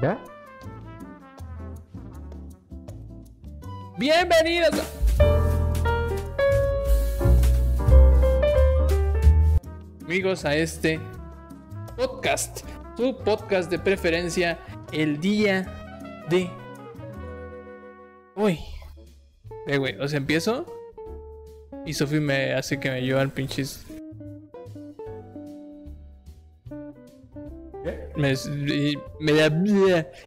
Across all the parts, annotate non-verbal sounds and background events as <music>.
¿Ya? Bienvenidos. Amigos a este podcast, su podcast de preferencia, el día de hoy. Eh, güey, o sea, empiezo y Sofi me hace que me lleva al pinches. Me, y me da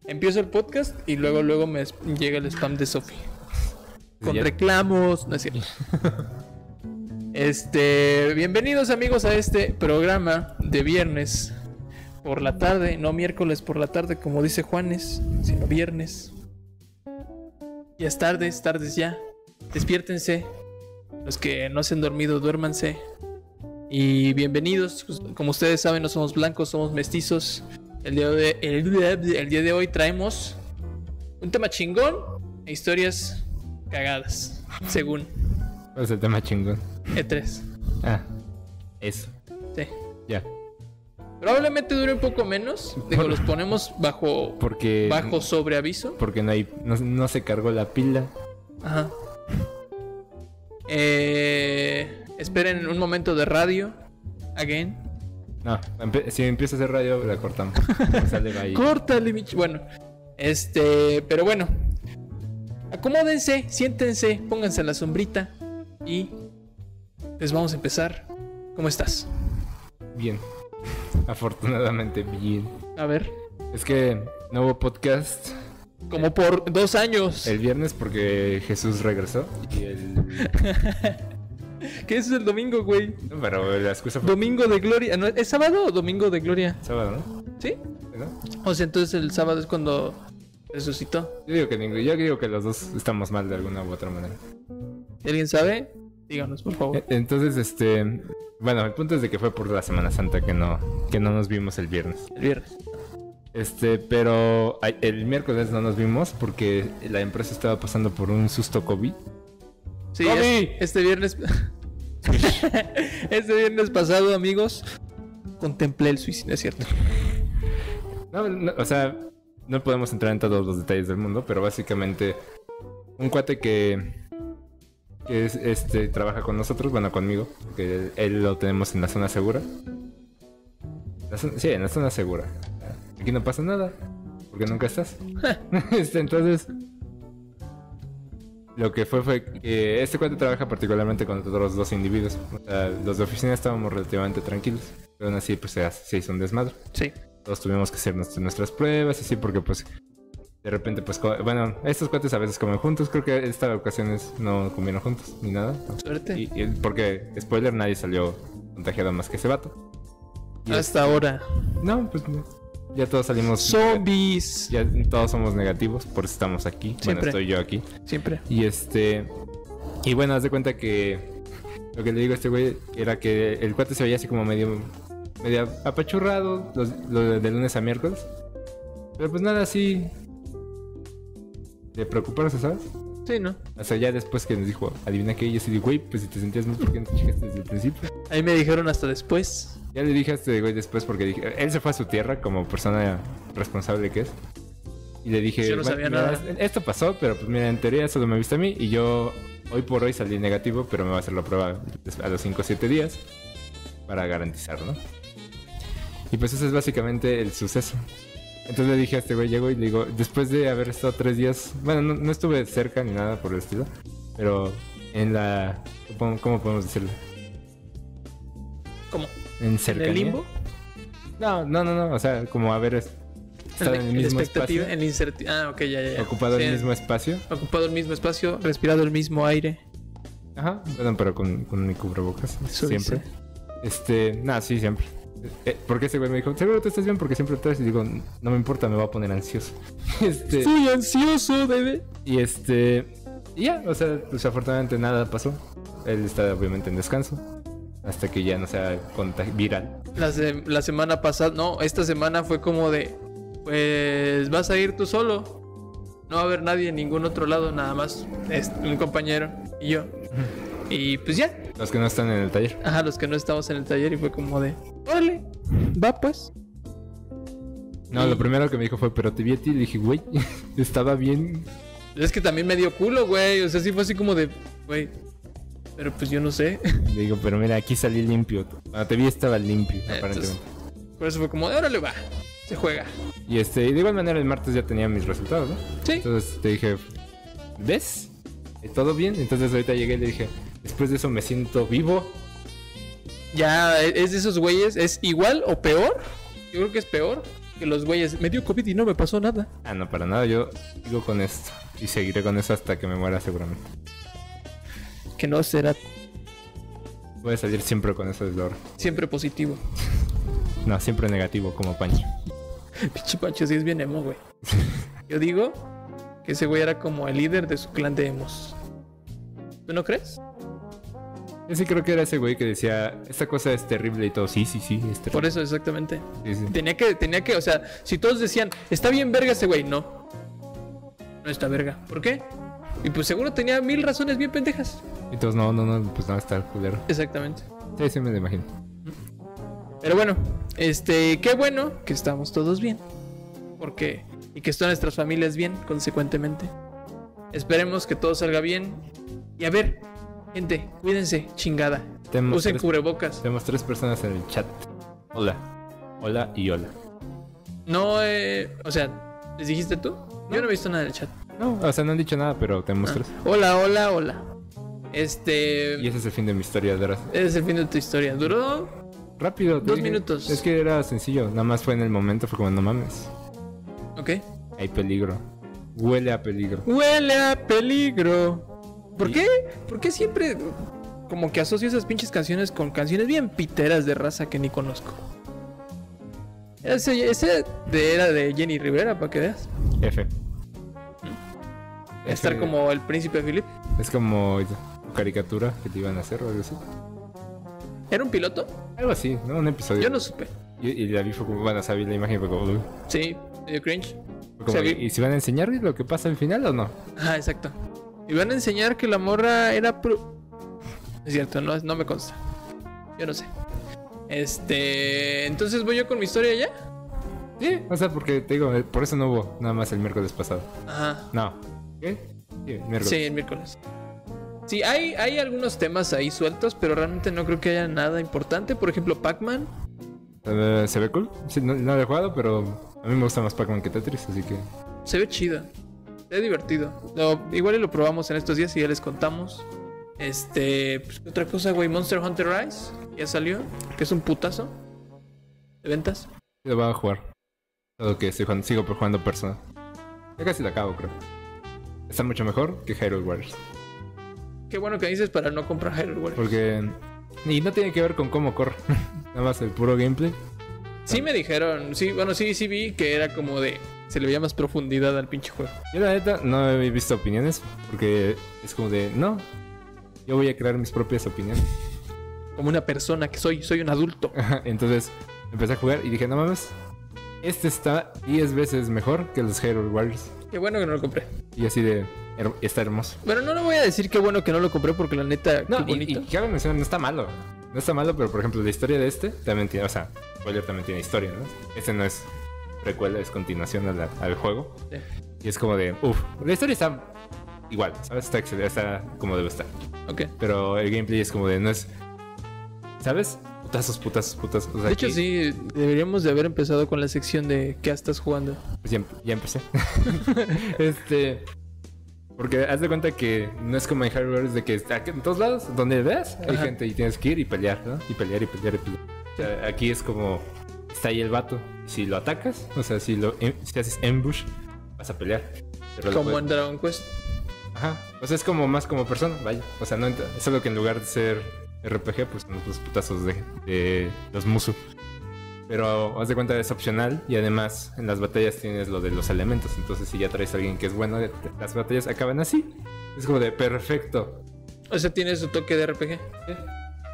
empiezo el podcast y luego luego me llega el spam de Sofi con Ya. reclamos, no es cierto. Este, bienvenidos amigos a este programa de viernes por la tarde, no miércoles por la tarde como dice Juanes, sino viernes. Ya es tarde, es tardes ya. Despiértense. Los que no se han dormido, duérmanse. Y bienvenidos, Pues, como ustedes saben, no somos blancos, somos mestizos. El día de, el- el día de hoy traemos un tema chingón e historias cagadas, según ¿Cuál es el tema chingón? E3. Ah, eso. Sí. Ya. Probablemente dure un poco menos. Digo, los ponemos bajo, Porque. bajo sobreaviso. Porque no hay. No, no se cargó la pila. Ajá. Eh, esperen un momento de radio. Again. No, empe- si empieza a hacer radio, la <laughs> cortamos. No sale ahí. Córtale, mi ch- Bueno, este, pero bueno. Acomódense, siéntense, pónganse a la sombrita y pues vamos a empezar. ¿Cómo estás? Bien. Afortunadamente, bien. A ver, Es que no hubo podcast como por dos años. el viernes porque Jesús regresó. Y el. ¿Qué es el domingo, güey? No, pero la excusa fue Domingo de Gloria. Ah, No, ¿Es sábado o domingo de Gloria? el sábado, ¿no? ¿Sí? ¿No? O sea, entonces el sábado es cuando resucitó. Yo digo que ninguno- yo digo que los dos estamos mal de alguna u otra manera. ¿Y ¿Alguien sabe? Díganos, por favor. E- Entonces, este, bueno, el punto es de que fue por la Semana Santa que no que no nos vimos el viernes. El viernes. Este, pero a- el miércoles no nos vimos porque la empresa estaba pasando por un susto COVID. Sí, ¡Tommy! es- este viernes. <laughs> este viernes pasado, amigos, contemplé el suicidio, ¿no es <laughs> cierto? No, no, o sea, no podemos entrar en todos los detalles del mundo, pero básicamente un cuate que, que es, este, trabaja con nosotros, bueno, conmigo, que él lo tenemos en la zona segura. La zona- sí, en la zona segura. Aquí no pasa nada, porque nunca estás. <laughs> Este, entonces, lo que fue fue que este cuate trabaja particularmente con otros dos individuos. O sea, los de oficina estábamos relativamente tranquilos, pero aún así pues se, hace- se hizo un desmadre Sí. todos tuvimos que hacer nuestras, nuestras pruebas y así porque pues de repente pues co- bueno estos cuates a veces comen juntos creo que esta ocasión es- no comieron juntos ni nada Suerte. y, y- porque spoiler nadie salió contagiado más que ese vato Hasta ahora. no pues no. ya todos salimos Zombies. ya todos somos negativos por eso estamos aquí bueno Siempre. estoy yo aquí Siempre. y este. Y bueno, haz de cuenta que. Lo que le digo a este güey era que el cuate se veía así como medio. medio apachurrado. Los, lo de, de lunes a miércoles. Pero pues nada así. De preocuparse, ¿sabes? Sí, ¿no? O sea, ya después que nos dijo, adivina qué, yo sí digo, güey, pues si te sentías mal, ¿por qué no te fijaste desde el principio? Ahí me dijeron hasta después. Ya le dije a este güey después porque dije, él se fue a su tierra como persona responsable que es. Y le dije, Yo no "Bueno, sabía mira, nada". es- esto pasó, pero pues mira, en teoría solo me viste a mí y yo hoy por hoy salí negativo, pero me va a hacer la prueba des- a los 5 o 7 días para garantizar, ¿no? Y pues ese es básicamente el suceso. Entonces le dije a este güey, llego y le digo, después de haber estado tres días, bueno, no, no estuve cerca ni nada por el estilo, pero en la, ¿cómo, cómo podemos decirlo? ¿Cómo? En ¿En cercanía. el limbo? No, no, no, no. O sea, como a ver, es- estar en el mismo espacio, expectativa, en la incerti- Ah, ok, ya, ya. ya. ocupado Sí, el mismo espacio. Ocupado el mismo espacio, respirado el mismo aire. Ajá. Perdón, pero con, con mi cubrebocas. Eso siempre. dice. Este, nada, sí, siempre. Eh, porque ese güey me dijo, seguro tú estás bien porque siempre traes. Y digo, no me importa, me va a poner ansioso. <laughs> Este, Estoy ansioso, bebé. y este, y ya, o sea, pues afortunadamente nada pasó. Él está obviamente en descanso. Hasta que ya no sea contag- viral. La, se- la semana pasada, no, esta semana fue como de, pues vas a ir tú solo. No va a haber nadie en ningún otro lado, nada más es un compañero y yo. Y pues ya, Los que no están en el taller. ajá, los que no estamos en el taller y fue como de, órale, va pues. No, lo primero que me dijo fue, pero te vi a ti. Le dije, güey, <laughs> estaba bien. Es que también me dio culo, güey. O sea, sí fue así como de, güey. Pero pues yo no sé. <laughs> Le digo, pero mira, aquí salí limpio. Cuando te vi estaba limpio, Eh, Entonces, aparentemente. por eso fue como, órale, va. Se juega. Y este, y de igual manera el martes ya tenía mis resultados, ¿no? Sí. Entonces te dije, ¿ves? Eh, ¿Todo bien? Entonces ahorita llegué y le dije, después de eso me siento vivo. Ya, e-, es de esos güeyes. Es igual o peor. Yo creo que es peor que los güeyes. Me dio COVID y no me pasó nada. Ah, no, para nada, yo sigo con esto. Y seguiré con eso hasta que me muera seguramente. Que no será Voy a salir siempre con eso desde ahora. siempre positivo. <laughs> No, siempre negativo como paño. Pinche Pancho sí es bien emo, güey. Yo digo que ese güey era como el líder de su clan de emos. ¿Tú no crees? Yo sí creo que era ese güey que decía, esta cosa es terrible y todo. Sí, sí, sí, es terrible. Por eso, exactamente. Sí, sí. Tenía que, tenía que, o sea, si todos decían, está bien verga ese güey, no. No está verga. ¿Por qué? Y pues seguro tenía mil razones bien pendejas. Y todos, no, no, no, pues no, está culero. Exactamente. Sí, sí, me lo imagino. Pero bueno, este, qué bueno que estamos todos bien. Porque, y que están nuestras familias bien, consecuentemente. Esperemos que todo salga bien. Y a ver, gente, cuídense, chingada. Tenemos Usen tres- cubrebocas. Tenemos tres personas en el chat. Hola. Hola y hola. No, eh, o sea, ¿les dijiste tú? Yo no Ah. he visto nada del chat. No, o sea, no han dicho nada, pero tenemos tres. Hola, hola, hola. Este. Y ese es el fin de mi historia, Dora. Es el fin de tu historia. Duró. Rápido, te Dos dije. minutos. Es que era sencillo, nada más fue en el momento, fue como, no mames. Ok. Hay peligro. Huele a peligro. Huele a peligro. ¿Por Y- qué? ¿Por qué siempre como que asocio esas pinches canciones con canciones bien piteras de raza que ni conozco? Ese, ese de, era de Jenny Rivera, para que veas. F. Estar F- como el príncipe Philip. Es como caricatura que te iban a hacer o algo así. ¿Era un piloto? Algo así, ¿no? Un episodio. Yo no supe. y, y la vi fue como, van a saber la imagen, fue como, "Uy". Sí, medio cringe. Fue como, O sea, vi- ¿y si van a enseñar lo que pasa al final o no? Ajá, Ah, exacto. Y van a enseñar que la morra era pro... Es cierto, no, no me consta. Yo no sé. Este... Entonces voy yo con mi historia ya. Sí, o sea, porque te digo, eh, por eso no hubo nada más el miércoles pasado. Ajá. No. ¿Qué? Sí, miércoles. Sí, el miércoles. Sí, hay, hay algunos temas ahí sueltos, pero realmente no creo que haya nada importante. Por ejemplo, Pac-Man. Eh, ¿Se ve cool? Sí, no, no lo he jugado, pero a mí me gusta más Pac-Man que Tetris, así que... Se ve chido. Se ve divertido. Lo- igual y lo probamos en estos días y ya les contamos. Este. pues, ¿qué otra cosa, güey. Monster Hunter Rise. Ya salió. Que es un putazo. De ventas. Lo voy a jugar. Todo que estoy jugando- sigo jugando Persona. Ya casi lo acabo, creo. Está mucho mejor que Hyrule Warriors. Qué bueno que dices para no comprar Hyrule Warriors. Porque... Y no tiene que ver con cómo corre. <laughs> Nada más el puro gameplay. Sí me dijeron, sí, bueno, sí, sí vi que era como de... Se le veía más profundidad al pinche juego. Yo la neta no he visto opiniones. Porque es como de... No. Yo voy a crear mis propias opiniones. <laughs> Como una persona que soy, soy un adulto. Ajá, Entonces empecé a jugar y dije, no mames. Este está 10 veces mejor que los Hyrule Warriors. Qué bueno que no lo compré. Y así de... her- está hermoso. Bueno, no le voy a decir qué bueno que no lo compré porque la neta, No, qué y- y, bonito. cabe mencionar, no está malo. No está malo, pero por ejemplo, la historia de este también tiene, o sea, spoiler también tiene historia, ¿no? Este no es precuela, es continuación a la- al juego. Sí. Y es como de, uff, la historia está igual, ¿sabes? Está, excel- está como debe estar. Ok. Pero el gameplay es como de, no es, ¿sabes? Putazos, putazos, putazos. O sea, De hecho, aquí, sí, deberíamos de haber empezado con la sección de ¿qué estás jugando? pues, ya, em- ya empecé. <laughs> este... Porque haz de cuenta que no es como en Hardware de que está aquí en todos lados, donde veas, hay Ajá. gente y tienes que ir y pelear, ¿no? Y pelear y pelear y pelear. O sea, aquí es como está ahí el vato. Si lo atacas, o sea, si lo em- si haces ambush, vas a pelear. Pero lo Como puedes- en Dragon Quest. Ajá. O sea, es como más como persona, vaya. O sea, no entra- es algo que en lugar de ser RPG, pues son los putazos de, de los musu. Pero haz de cuenta es opcional y además en las batallas tienes lo de los elementos. Entonces, si ya traes a alguien que es bueno, te- las batallas acaban así. Es como de perfecto. O sea, tiene su toque de RPG.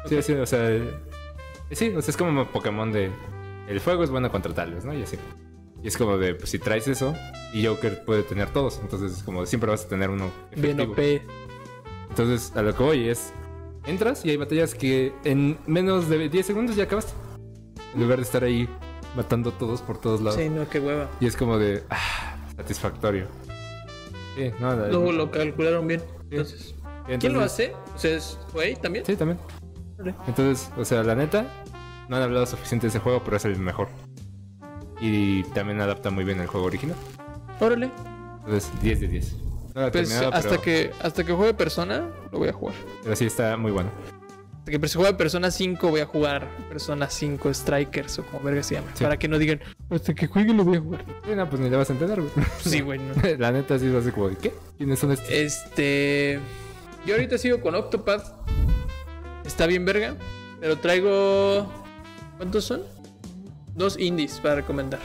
Sí, sí, o sea, el- sí, o sea, es como Pokémon de el fuego es bueno contra tales, ¿no? Y así. Y es como de, pues si traes eso, y Joker puede tener todos, entonces es como siempre vas a tener uno. Bien efectivo. OP. Entonces, a lo que voy es, entras y hay batallas que en menos de 10 segundos ya acabaste. En lugar de estar ahí matando todos por todos lados. Sí, no, qué hueva. Y es como de ah, satisfactorio. Sí, no, la- Luego lo calcularon bien. Entonces, Entonces, entonces- ¿quién lo hace? O sea, es güey también. Sí, también. Órale. Entonces, o sea, la neta, no han hablado suficiente de ese juego, pero es el mejor. Y también adapta muy bien el juego original. Órale. Entonces, 10 de 10. No lo he Pues terminado, hasta pero, que hasta que juegue persona, lo voy a jugar. pero sí está muy bueno. Hasta que se juegue Persona 5, voy a jugar Persona 5 Strikers o como verga se llama. Sí. Para que no digan, hasta que juegue lo voy a jugar. Sí, no, pues ni le vas a entender, güey. <laughs> Sí, güey, no. la neta sí es así como de, ¿qué? ¿Quiénes son estos? Este. Yo ahorita sigo con Octopath. Está bien verga. Pero traigo. ¿Cuántos son? Dos indies para recomendar.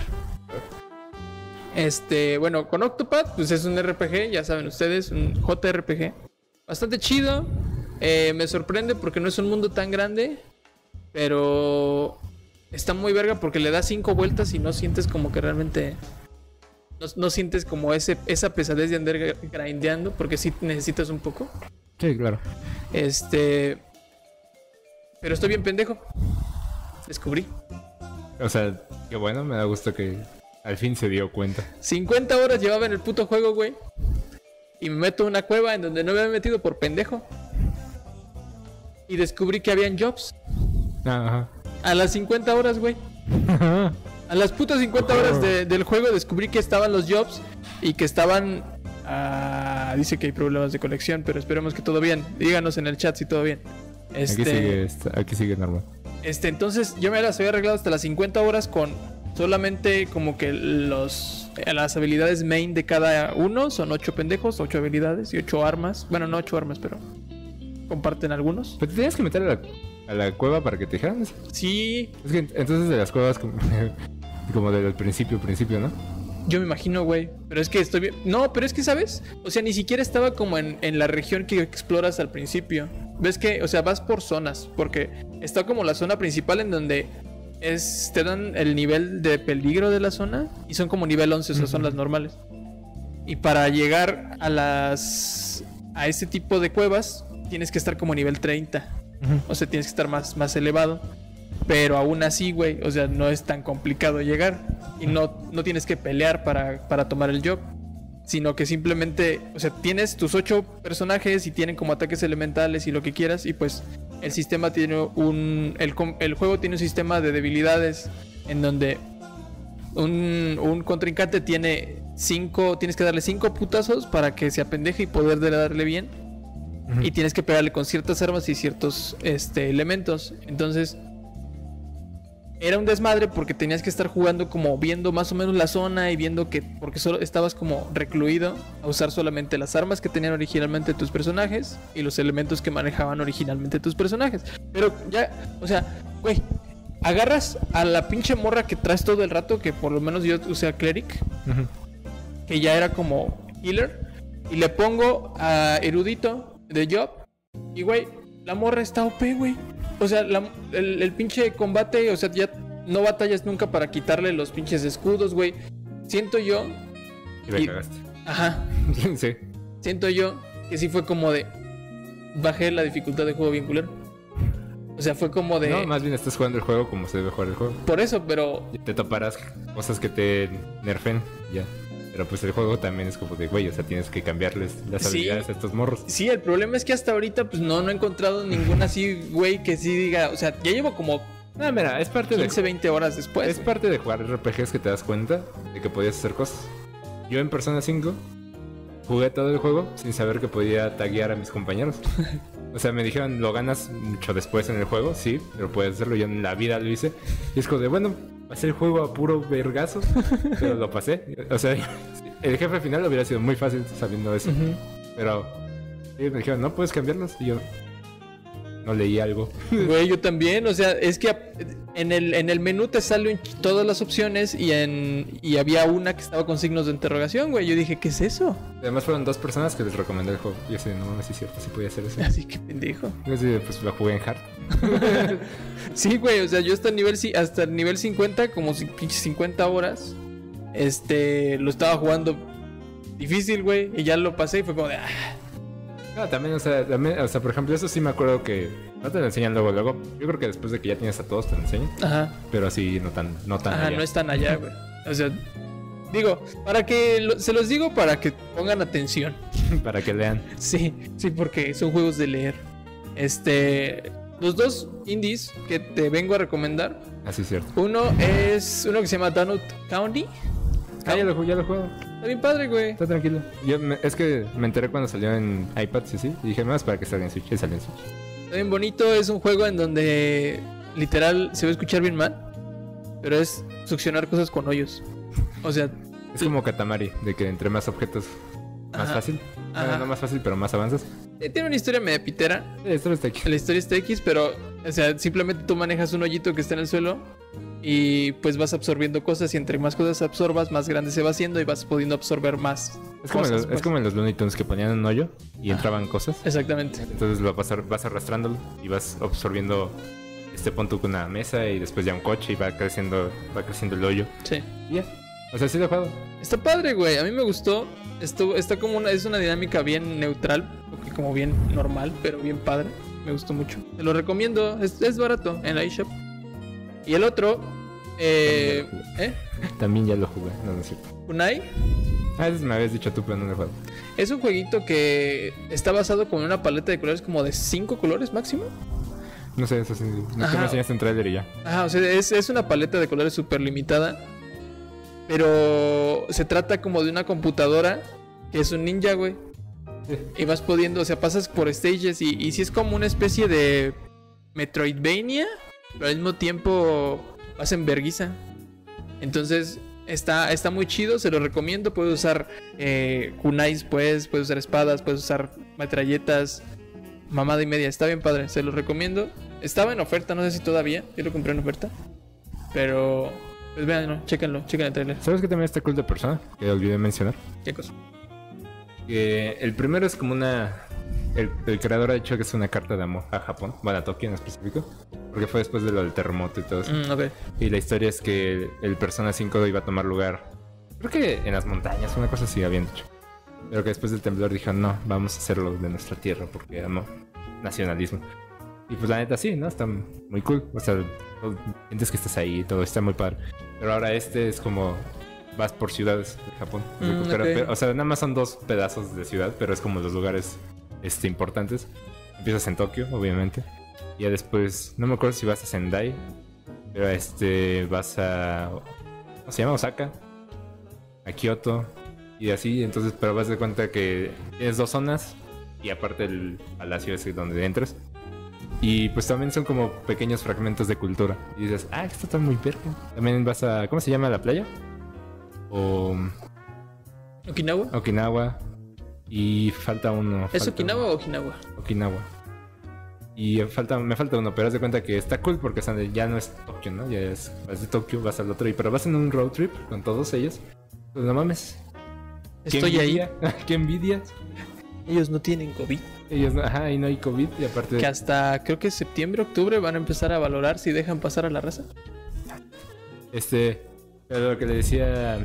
Este, bueno, con Octopath, pues es un RPG, ya saben ustedes, un JRPG. Bastante chido. Eh, me sorprende porque no es un mundo tan grande. Pero está muy verga porque le das cinco vueltas y no sientes como que realmente no, no sientes como ese, esa pesadez de andar gr- grindeando, porque sí necesitas un poco. Sí, claro. Este. Pero estoy bien pendejo. Descubrí. O sea, qué bueno, me da gusto que al fin se dio cuenta. 50 horas llevaba en el puto juego, güey. Y me meto a una cueva en donde no me había metido por pendejo. Y descubrí que habían jobs. Ajá. A las 50 horas, güey. A las putas 50 horas de- del juego descubrí que estaban los jobs y que estaban... ah, dice que hay problemas de conexión, pero esperemos que todo bien. Díganos en el chat si todo bien. Aquí sigue, Este, esta- aquí sigue normal. este, entonces yo me las había arreglado hasta las 50 horas con solamente como que los las habilidades main de cada uno son 8 pendejos, 8 habilidades y 8 armas. Bueno, no 8 armas, pero comparten algunos. Pero te tenías que meter a la, a la cueva para que te dijeran eso. Sí, Es que entonces de las cuevas como, <laughs> como del principio, principio, ¿no? Yo me imagino, güey. Pero es que estoy bien. No, pero es que, ¿sabes? O sea, ni siquiera estaba como en, en la región que exploras al principio. Ves que, o sea, vas por zonas. Porque está como la zona principal en donde es, te dan el nivel de peligro de la zona. Y son como nivel 11, o sea, son las normales. Y para llegar a las. a ese tipo de cuevas, tienes que estar como nivel 30. O sea, tienes que estar más, más elevado. Pero aún así, güey, o sea, no es tan complicado llegar. Y no, no tienes que pelear para, para tomar el job. Sino que simplemente, o sea, tienes tus ocho personajes y tienen como ataques elementales y lo que quieras. Y pues el sistema tiene un... El, com- el juego tiene un sistema de debilidades en donde un, un contrincante tiene cinco... Tienes que darle cinco putazos para que se apendeje y poder darle bien y tienes que pegarle con ciertas armas y ciertos este, elementos. Entonces, era un desmadre porque tenías que estar jugando como viendo más o menos la zona y viendo que, porque solo estabas como recluido a usar solamente las armas que tenían originalmente tus personajes y los elementos que manejaban originalmente tus personajes. Pero ya, o sea, güey, agarras a la pinche morra que traes todo el rato, que por lo menos yo usé a Cleric, Ujú. que ya era como healer. Y le pongo a Erudito de Job. Y güey, la morra está OP, güey. O sea, la- el, el pinche combate, o sea, ya no batallas nunca para quitarle los pinches escudos, güey. Siento yo, Y la Y- cagaste. <laughs> ajá, sí. siento yo que sí fue como de. Bajé la dificultad de juego bien culero. O sea, fue como de. No, más bien estás jugando el juego como se debe jugar el juego. Por eso, pero Te toparás cosas que te nerfen, ya. Pero pues el juego también es como de, güey, o sea, tienes que cambiarles las Sí. habilidades a estos morros. Sí, el problema es que hasta ahorita pues no, no he encontrado ningún así, güey, que sí diga, o sea, ya llevo como No, Ah, mira, es parte de 15, 20 horas después. es Pues, güey. parte de jugar RPGs que te das cuenta de que podías hacer cosas. Yo en Persona 5 jugué todo el juego sin saber que podía taguear a mis <laughs> compañeros. O sea, me dijeron, lo ganas mucho después en el juego, sí, pero puedes hacerlo. Yo en la vida lo hice. Y es como de, bueno, pasé el juego a puro vergazo, pero lo pasé. O sea, <laughs> el jefe final hubiera sido muy fácil sabiendo eso. Ujú. Pero sí, me dijeron, no puedes cambiarlos. Y yo no leí algo. Güey, yo también, o sea, es que en el, en el menú te salen todas las opciones y en y había una que estaba con signos de interrogación, güey. Yo dije, ¿qué es eso? <laughs> Además, fueron dos personas que les recomendé el juego. Y yo así, no mames, sí es cierto, sí podía hacer eso. Así que pendejo. Yo sí, pues la jugué en hard. Sí, güey, o sea, yo hasta el nivel, ci- hasta el nivel 50, como si- pinche 50 horas, este, lo estaba jugando difícil, güey, y ya lo pasé y fue como de, ah, No, también, o sea, también, o sea, por ejemplo, eso sí me acuerdo que No te lo enseñan luego, luego. Yo creo que después de que ya tienes a todos te lo enseñan. Ajá. Pero así no tan, no tan. Ajá, allá. no están allá, güey. O sea, digo, para que lo- se los digo para que pongan atención. Para que lean. <laughs> Sí, sí, porque son juegos de leer. Este, los dos indies que te vengo a recomendar. Así es cierto. Uno es uno que se llama Donut County. Ah, ya lo, ju- ya lo juego. Está bien padre, güey. Está tranquilo. Yo me- es que me enteré cuando salió en iPad, sí, sí. Y dije, más para que salga en Switch. Y salió en Switch. Está bien bonito. Es un juego en donde literal se va a escuchar bien mal, pero es succionar cosas con hoyos. O sea, Es como Katamari, de que entre más objetos, más Ajá. fácil. Bueno, Ajá. no más fácil, pero más avanzas. eh, tiene una historia media pitera. Eh, Esto está aquí. La historia está X, pero, o sea, simplemente tú manejas un hoyito que está en el suelo y pues vas absorbiendo cosas y entre más cosas absorbas, más grande se va haciendo y vas pudiendo absorber más. Es como, en cosas, los, pues. es como en los Looney Tunes que ponían un hoyo y Ajá. entraban cosas. Exactamente. Entonces lo vas, ar- vas arrastrándolo y vas absorbiendo este punto con una mesa y después ya un coche y va creciendo, va creciendo el hoyo. Sí. Y ya. O sea, sí lo he jugado. Está padre, güey. A mí me gustó. Esto, está como una, es una dinámica bien neutral, porque como bien normal, pero bien padre. Me gustó mucho. Te lo recomiendo. Es, es barato en la eShop. Y el otro, eh, ¿eh? También ya lo jugué. No, no es cierto. Unai, Ah, eso me habías dicho tú, pero no lo he jugado. es un jueguito que está basado con una paleta de colores como de cinco colores máximo. No sé, eso sí. No tú Ajá. me enseñaste un trailer y ya. Ajá, o sea, es, es una paleta de colores súper limitada. Pero se trata como de una computadora que es un ninja, güey. Sí. Y vas pudiendo, o sea, pasas por stages y, y sí es como una especie de Metroidvania, pero al mismo tiempo vas en verguiza. Entonces está, está muy chido, se lo recomiendo. Puedes usar eh, kunais, pues, puedes usar espadas, puedes usar metralletas, mamada y media. Está bien padre, se lo recomiendo. Estaba en oferta, no sé si todavía. Yo lo compré en oferta. Pero, pues véanlo, chéquenlo, chequen el trailer. ¿Sabes que también está cool de persona? Que olvidé mencionar. Qué cosa. Que el primero es como una. El, el creador ha dicho que es una carta de amor a Japón, bueno, a Tokio en específico, porque fue después de lo del terremoto y todo eso. Mm, ok. Y la historia es que el, el Persona 5 iba a tomar lugar, creo que en las montañas, una cosa así habían dicho. Pero que después del temblor dijeron, no, vamos a hacerlo de nuestra tierra porque amo nacionalismo. Y pues la neta sí, ¿no? Está muy cool. O sea, todo- sientes que estás ahí y todo, está muy padre. Pero ahora este es como, vas por ciudades de Japón. Mm, Pero- ok. pero- o sea, nada más son dos pedazos de ciudad, pero es como los lugares este, importantes. Empiezas en Tokio, obviamente. Y ya después, no me acuerdo si vas a Sendai, pero este, vas a. ¿Cómo se llama? Osaka. A Kioto. Y así, entonces, pero vas de cuenta que tienes dos zonas. Y aparte el palacio es donde entras. Y pues también son como pequeños fragmentos de cultura. Y dices, ah, esto está muy verga. También vas a. ¿Cómo se llama la playa? O ¿Okinawa? Okinawa. Y falta uno. ¿Es falta Okinawa o Okinawa? Okinawa. Y falta, me falta uno, pero haz de cuenta que está cool porque o sea, ya no es Tokio, ¿no? Ya es, vas de Tokio, vas al otro, y- pero vas en un road trip con todos ellos. Pues no mames. ¿Qué Estoy ahí. envidia? <laughs> ¿Qué envidia? Ellos no tienen COVID. Ellos, no- ajá, y no hay COVID, y aparte... Que hasta creo que septiembre, octubre van a empezar a valorar si dejan pasar a la raza. Este, pero lo que le decía,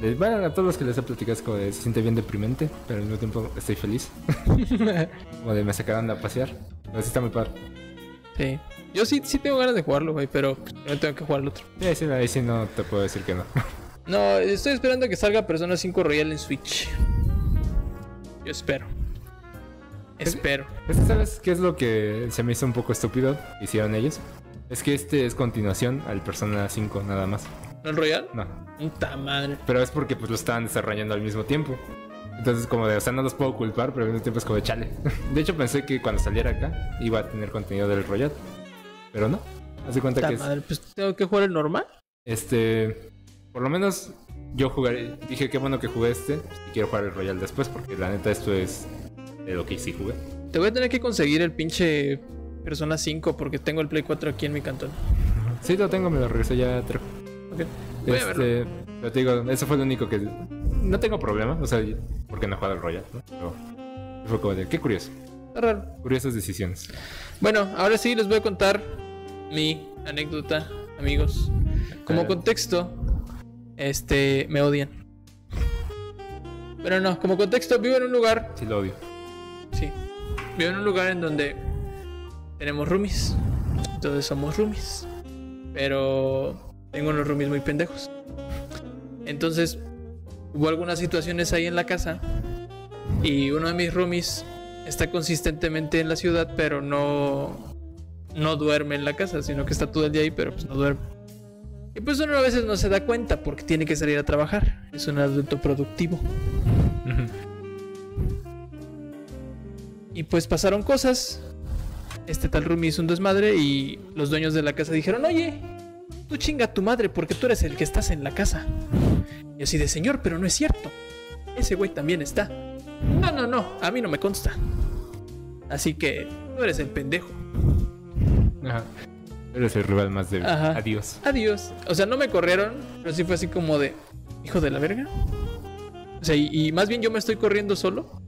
le- bueno, a todos los que les he platicado es como de, se siente bien deprimente, pero al mismo tiempo estoy feliz. como de me sacaron a pasear. Pero sí está muy padre. Sí. Yo sí, sí tengo ganas de jugarlo, güey, pero no tengo que jugar el otro. Sí, sí, ahí sí no te puedo decir que no. <laughs> No, estoy esperando a que salga Persona 5 Royal en Switch. Yo espero. Espero. Es que, ¿sabes qué es lo que se me hizo un poco estúpido? que Hicieron ellos. Es que este es continuación al Persona 5 nada más. ¿No el Royal? No. Puta madre. Pero es porque pues lo estaban desarrollando al mismo tiempo. Entonces como de, o sea, no los puedo culpar, pero al mismo tiempo es como de chale. <laughs> De hecho pensé que cuando saliera acá iba a tener contenido del Royal. Pero no. Hace cuenta Puta que es- madre. Pues tengo que jugar el normal. este... Por lo menos yo jugaré... Dije qué bueno que jugué este. Y quiero jugar el Royal después porque la neta esto es de lo que sí jugué. Te voy a tener que conseguir el pinche Persona 5 porque tengo el Play 4 aquí en mi cantón. Sí, lo tengo, me lo regresé ya atrás. Ok. Voy a verlo. Este, pero te digo, eso fue lo único que. No tengo problema, o sea, porque no he jugado al Royal, ¿no? Pero fue como de, qué curioso. Está raro. Curiosas decisiones. Bueno, ahora sí les voy a contar mi anécdota, amigos. Como Claro. contexto, este, me odian. Pero no, como contexto, vivo en un lugar Sí, lo odio. Sí. Vivo en un lugar en donde tenemos roomies. Entonces somos roomies. Pero tengo unos roomies muy pendejos. Entonces hubo algunas situaciones ahí en la casa y uno de mis roomies está consistentemente en la ciudad, pero no no duerme en la casa, sino que está todo el día ahí, pero pues no duerme. Y pues uno a veces no se da cuenta porque tiene que salir a trabajar. Es un adulto productivo. Y pues pasaron cosas. Este tal Rumi hizo un desmadre y los dueños de la casa dijeron, oye, tú chinga a tu madre porque tú eres el que estás en la casa. Y así de señor, pero no es cierto. Ese güey también está. No, no, no, a mí no me consta. Así que tú eres el pendejo. Ajá. Eres el rival más débil. Ajá. Adiós. Adiós. O sea, no me corrieron, pero sí fue así como de, hijo de la verga. O sea, y, y más bien yo me estoy corriendo solo,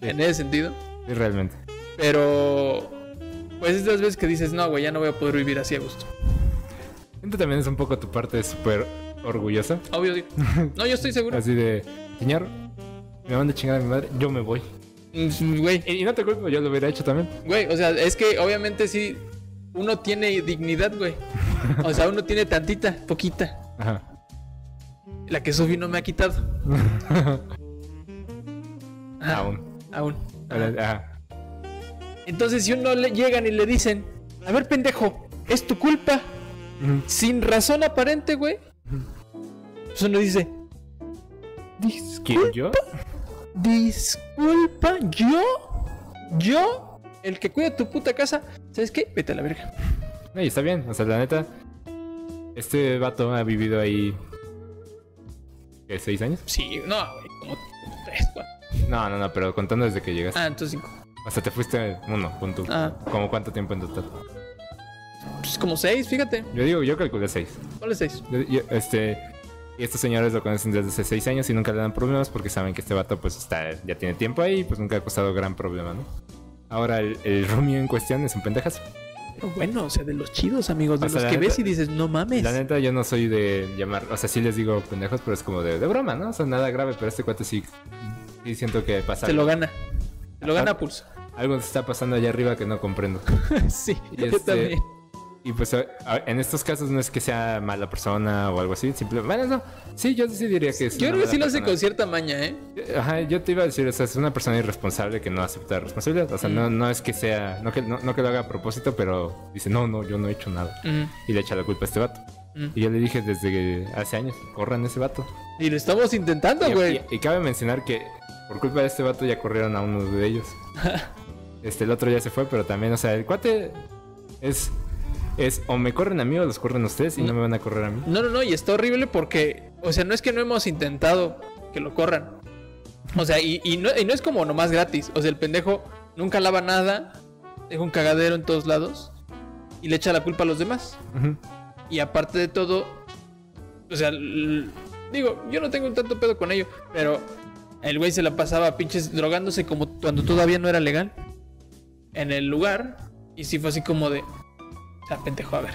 Sí, en ese sentido. sí, realmente. Pero, pues estas veces que dices, no, güey, ya no voy a poder vivir así a gusto. Siento también es un poco tu parte súper orgullosa. <laughs> Obvio, digo. No, yo estoy seguro. Así de, señor, me manda a chingar a mi madre, yo me voy. Mm, Güey, Y, y no te culpo, yo lo hubiera hecho también. Güey, o sea, es que obviamente sí, uno tiene dignidad, güey. O sea, uno tiene tantita, poquita. Ajá. La que Sofi no me <laughs> ha quitado. Ajá, Aún. Ah, Aún. Ajá. Entonces, si uno le llegan y le dicen, a ver, pendejo, es tu culpa, sin razón aparente, güey. Pues uno dice, ¿Quién yo? disculpa, yo, yo, el que cuida tu puta casa, ¿sabes qué? Vete a la verga. No, y está bien, o sea, la neta. Este vato ha vivido ahí. ¿qué, ¿Seis años? Sí, no, güey, como tres, cuatro. No, no, no, pero contando desde que llegaste. Ah, entonces cinco. O sea, te fuiste uno, punto. Ah. ¿Cómo cuánto tiempo en total? Pues como seis, fíjate. Yo digo, yo calculé seis. ¿Cuál es seis? Yo- yo- este. Y estos señores lo conocen desde hace seis años y nunca le dan problemas porque saben que este vato pues está, ya tiene tiempo ahí y pues nunca ha costado gran problema, ¿no? Ahora el, el Romeo en cuestión es un pendejazo. Pero bueno, o sea, de los chidos, amigos, de O sea, los la que neta- ves y dices, no mames. La neta yo no soy de llamar, o sea, sí les digo pendejos, pero es como de, de broma, ¿no? O sea, nada grave, pero este cuate sí, sí siento que pasa. Se lo gana. Se lo Ajá. gana a pulso. Algo se está pasando allá arriba que no comprendo. <laughs> sí, Y yo este- también. Y pues a- a- en estos casos no es que sea mala persona o algo así, simplemente... Bueno, no, sí, yo sí diría que es... Yo una creo que sí lo mala hace persona. con cierta maña, ¿eh? Ajá, yo te iba a decir, o sea, es una persona irresponsable que no acepta responsabilidad. O sea, Mm. no, no es que sea, no que, no, no que lo haga a propósito, pero dice, no, no, yo no he hecho nada. Mm, Y le echa la culpa a este vato. mm. Y yo le dije desde que- hace años, corran a ese vato. Y lo estamos intentando, Y- güey. Y, y cabe mencionar que por culpa de este vato ya corrieron a uno de <laughs> ellos. este, el otro ya se fue, pero también, o sea, el cuate es, es o me corren a mí o los corren a ustedes Mm. y no me van a correr a mí. No, no, no, y está horrible porque, o sea, no es que no hemos intentado que lo corran. O sea, y, y no, y no es como nomás gratis. O sea, el pendejo nunca lava nada, deja un cagadero en todos lados y le echa la culpa a los demás. Ujú. Y aparte de todo, o sea, l- digo, yo no tengo un tanto pedo con ello, pero el güey se la pasaba pinches drogándose como cuando todavía no era legal en el lugar. Y sí fue así como de, o sea, pendejo, a ver.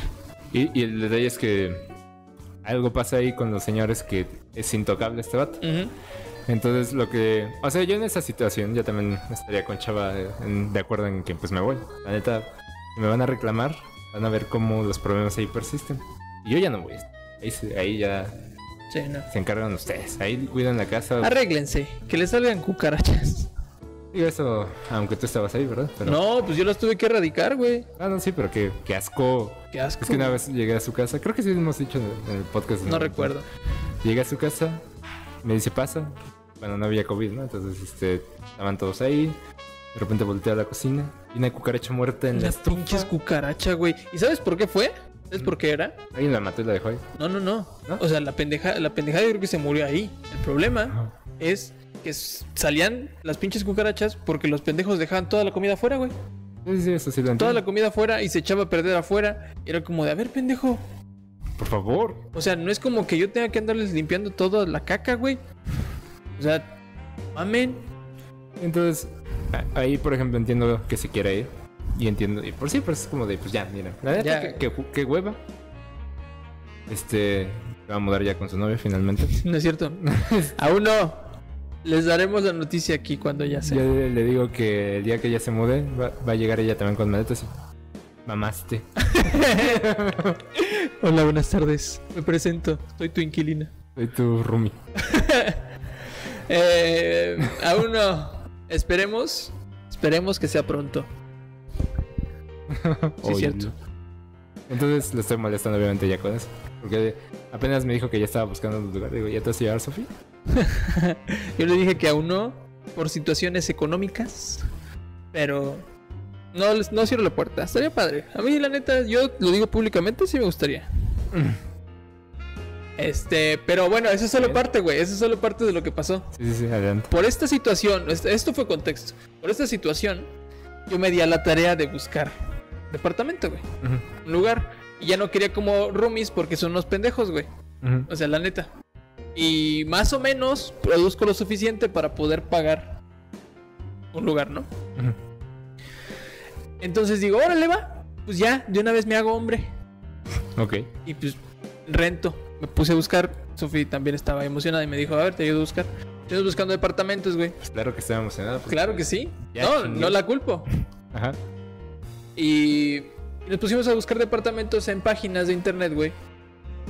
Y, y el detalle es que algo pasa ahí con los señores que es intocable este vato. Ujú. Entonces lo que... O sea, yo en esa situación yo también estaría con Chava eh, en- de acuerdo en que pues me voy. La neta, si me van a reclamar, van a ver cómo los problemas ahí persisten. Y yo ya no voy. Ahí, se- ahí ya Sí, no. se encargan ustedes. Ahí cuidan la casa. Arréglense, que les salgan cucarachas. Digo eso, aunque tú estabas ahí, ¿verdad? Pero- No, pues yo las tuve que erradicar, güey. Ah, no, sí, pero qué, qué asco. Qué asco. Es que una güey. vez llegué a su casa, creo que sí hemos dicho en en el podcast. no recuerdo. Llegué a su casa, me dice pasa. Bueno, no había COVID, ¿no? Entonces, este, estaban todos ahí. De repente volteé a la cocina y una cucaracha muerta en la Las estufa. pinches cucaracha, güey. ¿Y sabes por qué fue? ¿Sabes por qué era? Alguien la mató y la dejó ahí. No, no, no. Mm. ¿No? O sea, la pendeja, la pendejada yo creo que se murió ahí. El Ah. problema es que s- salían las pinches cucarachas porque los pendejos dejaban toda la comida afuera, güey. Sí, sí, eso sí lo Toda entiendo. la comida afuera y se echaba a perder afuera. Y era como de, a ver, pendejo. Por favor. O sea, no es como que yo tenga que andarles limpiando toda la caca, güey. O sea, mamen. Entonces, a- ahí, por ejemplo, entiendo que se quiera ir. Y entiendo, y por sí, pues es como de, pues ya, mira. La neta, Ya. que, que- que hueva. Este, se va a mudar ya con su novia finalmente. No es cierto. Aún no. Les daremos la noticia aquí cuando ya Yo sea. le, le digo que el día que ella se mude, va, va a llegar ella también con maletas. y, Mamaste. <laughs> Hola, buenas tardes. Me presento. Soy tu inquilina. Soy tu roomie. Eh, aún no. Esperemos. Esperemos que sea pronto. Sí, Oye, cierto. ¿no? Entonces lo estoy molestando obviamente ya con eso. Porque apenas me dijo que ya estaba buscando un lugar. Digo, ¿ya te vas a llevar, Sofi? Yo le dije que aún no, por situaciones económicas, pero no, les- no cierro la puerta. Estaría padre. A mí, la neta, yo lo digo públicamente, sí me gustaría. Mm. Este, pero bueno, eso es solo Bien. parte, güey. Eso es solo parte de lo que pasó. Sí, sí, sí, adelante. Por esta situación, est- esto fue contexto. Por esta situación, yo me di a la tarea de buscar departamento, güey. Ujú, Un lugar. Y ya no quería como roomies porque son unos pendejos, güey. ujú. O sea, la neta. Y más o menos produzco lo suficiente para poder pagar un lugar, ¿no? Ujú. Entonces digo, órale, va. Pues ya, de una vez me hago hombre. Ok. Y pues rento. Me puse a buscar. Sofi también estaba emocionada y me dijo, a ver, te ayudo a buscar. Estamos buscando departamentos, güey. Pues claro que estaba emocionado. pues. Claro que sí. Ya no, chingué. no la culpo. Ajá. Y nos pusimos a buscar departamentos en páginas de internet, güey.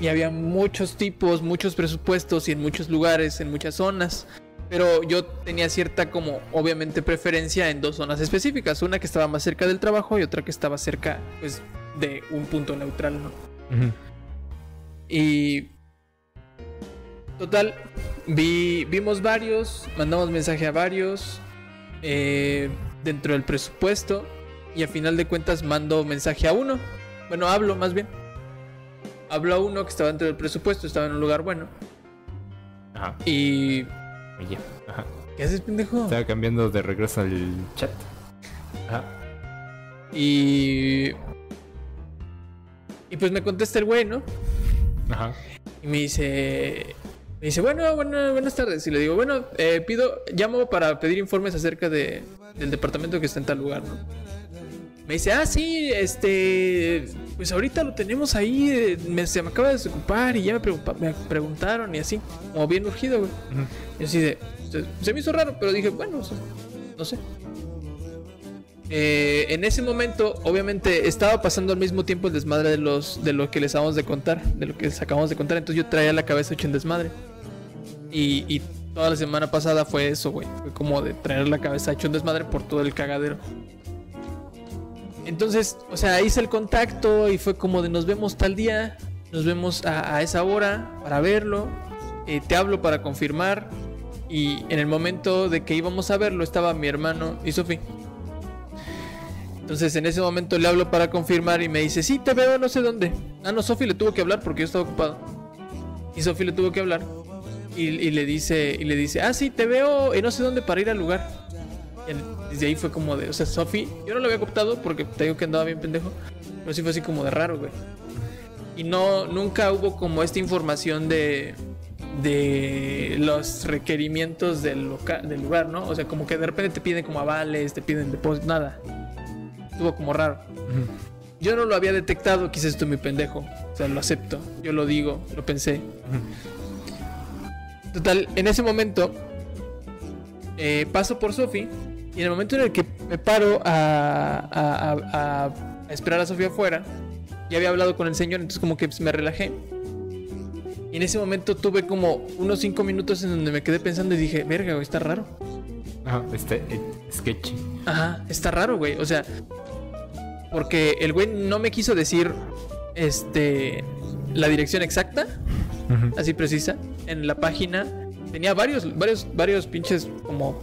Y había muchos tipos, muchos presupuestos y en muchos lugares, en muchas zonas. Pero yo tenía cierta como, obviamente, preferencia en dos zonas específicas. Una que estaba más cerca del trabajo y otra que estaba cerca, pues, de un punto neutral, ¿no? Ujú. Y... Total, vi, vimos varios, mandamos mensaje a varios, eh, dentro del presupuesto, y a final de cuentas mando mensaje a uno. Bueno, hablo más bien. Hablo a uno que estaba dentro del presupuesto, estaba en un lugar bueno. Ajá. Y... Oye. Ajá. ¿Qué haces, pendejo? Estaba cambiando de regreso al chat. Ajá. Y... Y pues me contesta el güey, ¿no? Ajá. Y me dice, me dice, bueno, bueno, buenas tardes. Y le digo, bueno, eh, pido, llamo para pedir informes acerca de, del departamento que está en tal lugar, ¿no? Me dice, ah, sí, este, pues ahorita lo tenemos ahí, eh, me- se me acaba de desocupar y ya me, preocupa- me preguntaron y así, como bien urgido, güey. Ujú. Y así de, se, se me hizo raro, pero dije, bueno, o sea, no sé. Eh, en ese momento, obviamente, estaba pasando al mismo tiempo el desmadre de los de lo que les acabamos de contar, de lo que les acabamos de contar. Entonces yo traía la cabeza hecha en desmadre. Y, y toda la semana pasada fue eso, güey. Fue como de traer la cabeza hecha un desmadre por todo el cagadero. Entonces, o sea, hice el contacto y fue como de nos vemos tal día, nos vemos a, a esa hora para verlo, eh, te hablo para confirmar. Y en el momento de que íbamos a verlo estaba mi hermano y Sofi. Entonces en ese momento le hablo para confirmar y me dice, sí, te veo no sé dónde. Ah, no, Sofi le tuvo que hablar porque yo estaba ocupado. Y Sofi le tuvo que hablar. Y, y le dice, y le dice, ah, sí, te veo en no sé dónde para ir al lugar. Y el- desde ahí fue como de, o sea, Sofi, yo no lo había captado porque te digo que andaba bien pendejo. Pero sí fue así como de raro, güey. Y no, nunca hubo como esta información de de los requerimientos del, loca- del lugar, ¿no? O sea, como que de repente te piden como avales, te piden depósito, nada. Estuvo como raro. Ujú. Yo no lo había detectado, quizás estoy muy pendejo. O sea, lo acepto. Yo lo digo, lo pensé. Total, en ese momento eh, paso por Sofi y en el momento en el que me paro a, a- a- a esperar a Sofi afuera, ya había hablado con el señor, entonces como que pues, me relajé. Y en ese momento tuve como unos 5 minutos en donde me quedé pensando y dije, verga, güey, está raro. Ajá. Este eh, sketchy. Ajá, está raro, güey. O sea, porque el güey no me quiso decir este la dirección exacta, Ujú. así precisa, en la página. Tenía varios, varios, varios pinches como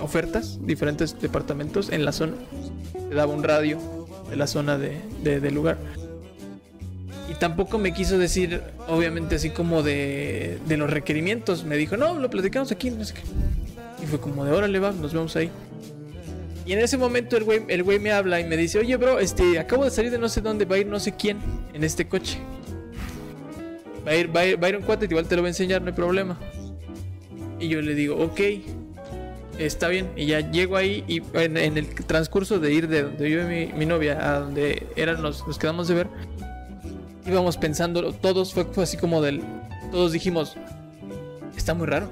ofertas, diferentes departamentos en la zona. Te daba un radio de la zona de, de- del lugar. Y tampoco me quiso decir, obviamente, así como de, de los requerimientos. Me dijo, no, lo platicamos aquí, no sé qué. Y fue como de, órale, va, nos vemos ahí. Y en ese momento el güey, el güey me habla y me dice, oye, bro, este, acabo de salir de no sé dónde, va a ir no sé quién en este coche. Va a ir, va a ir, va a ir un cuate, igual te lo voy a enseñar, no hay problema. Y yo le digo, ok, está bien. Y ya llego ahí y en, en el transcurso de ir de donde vive mi, mi novia a donde eran los, nos quedamos de ver, íbamos pensando, todos fue, fue así como del, todos dijimos, está muy raro,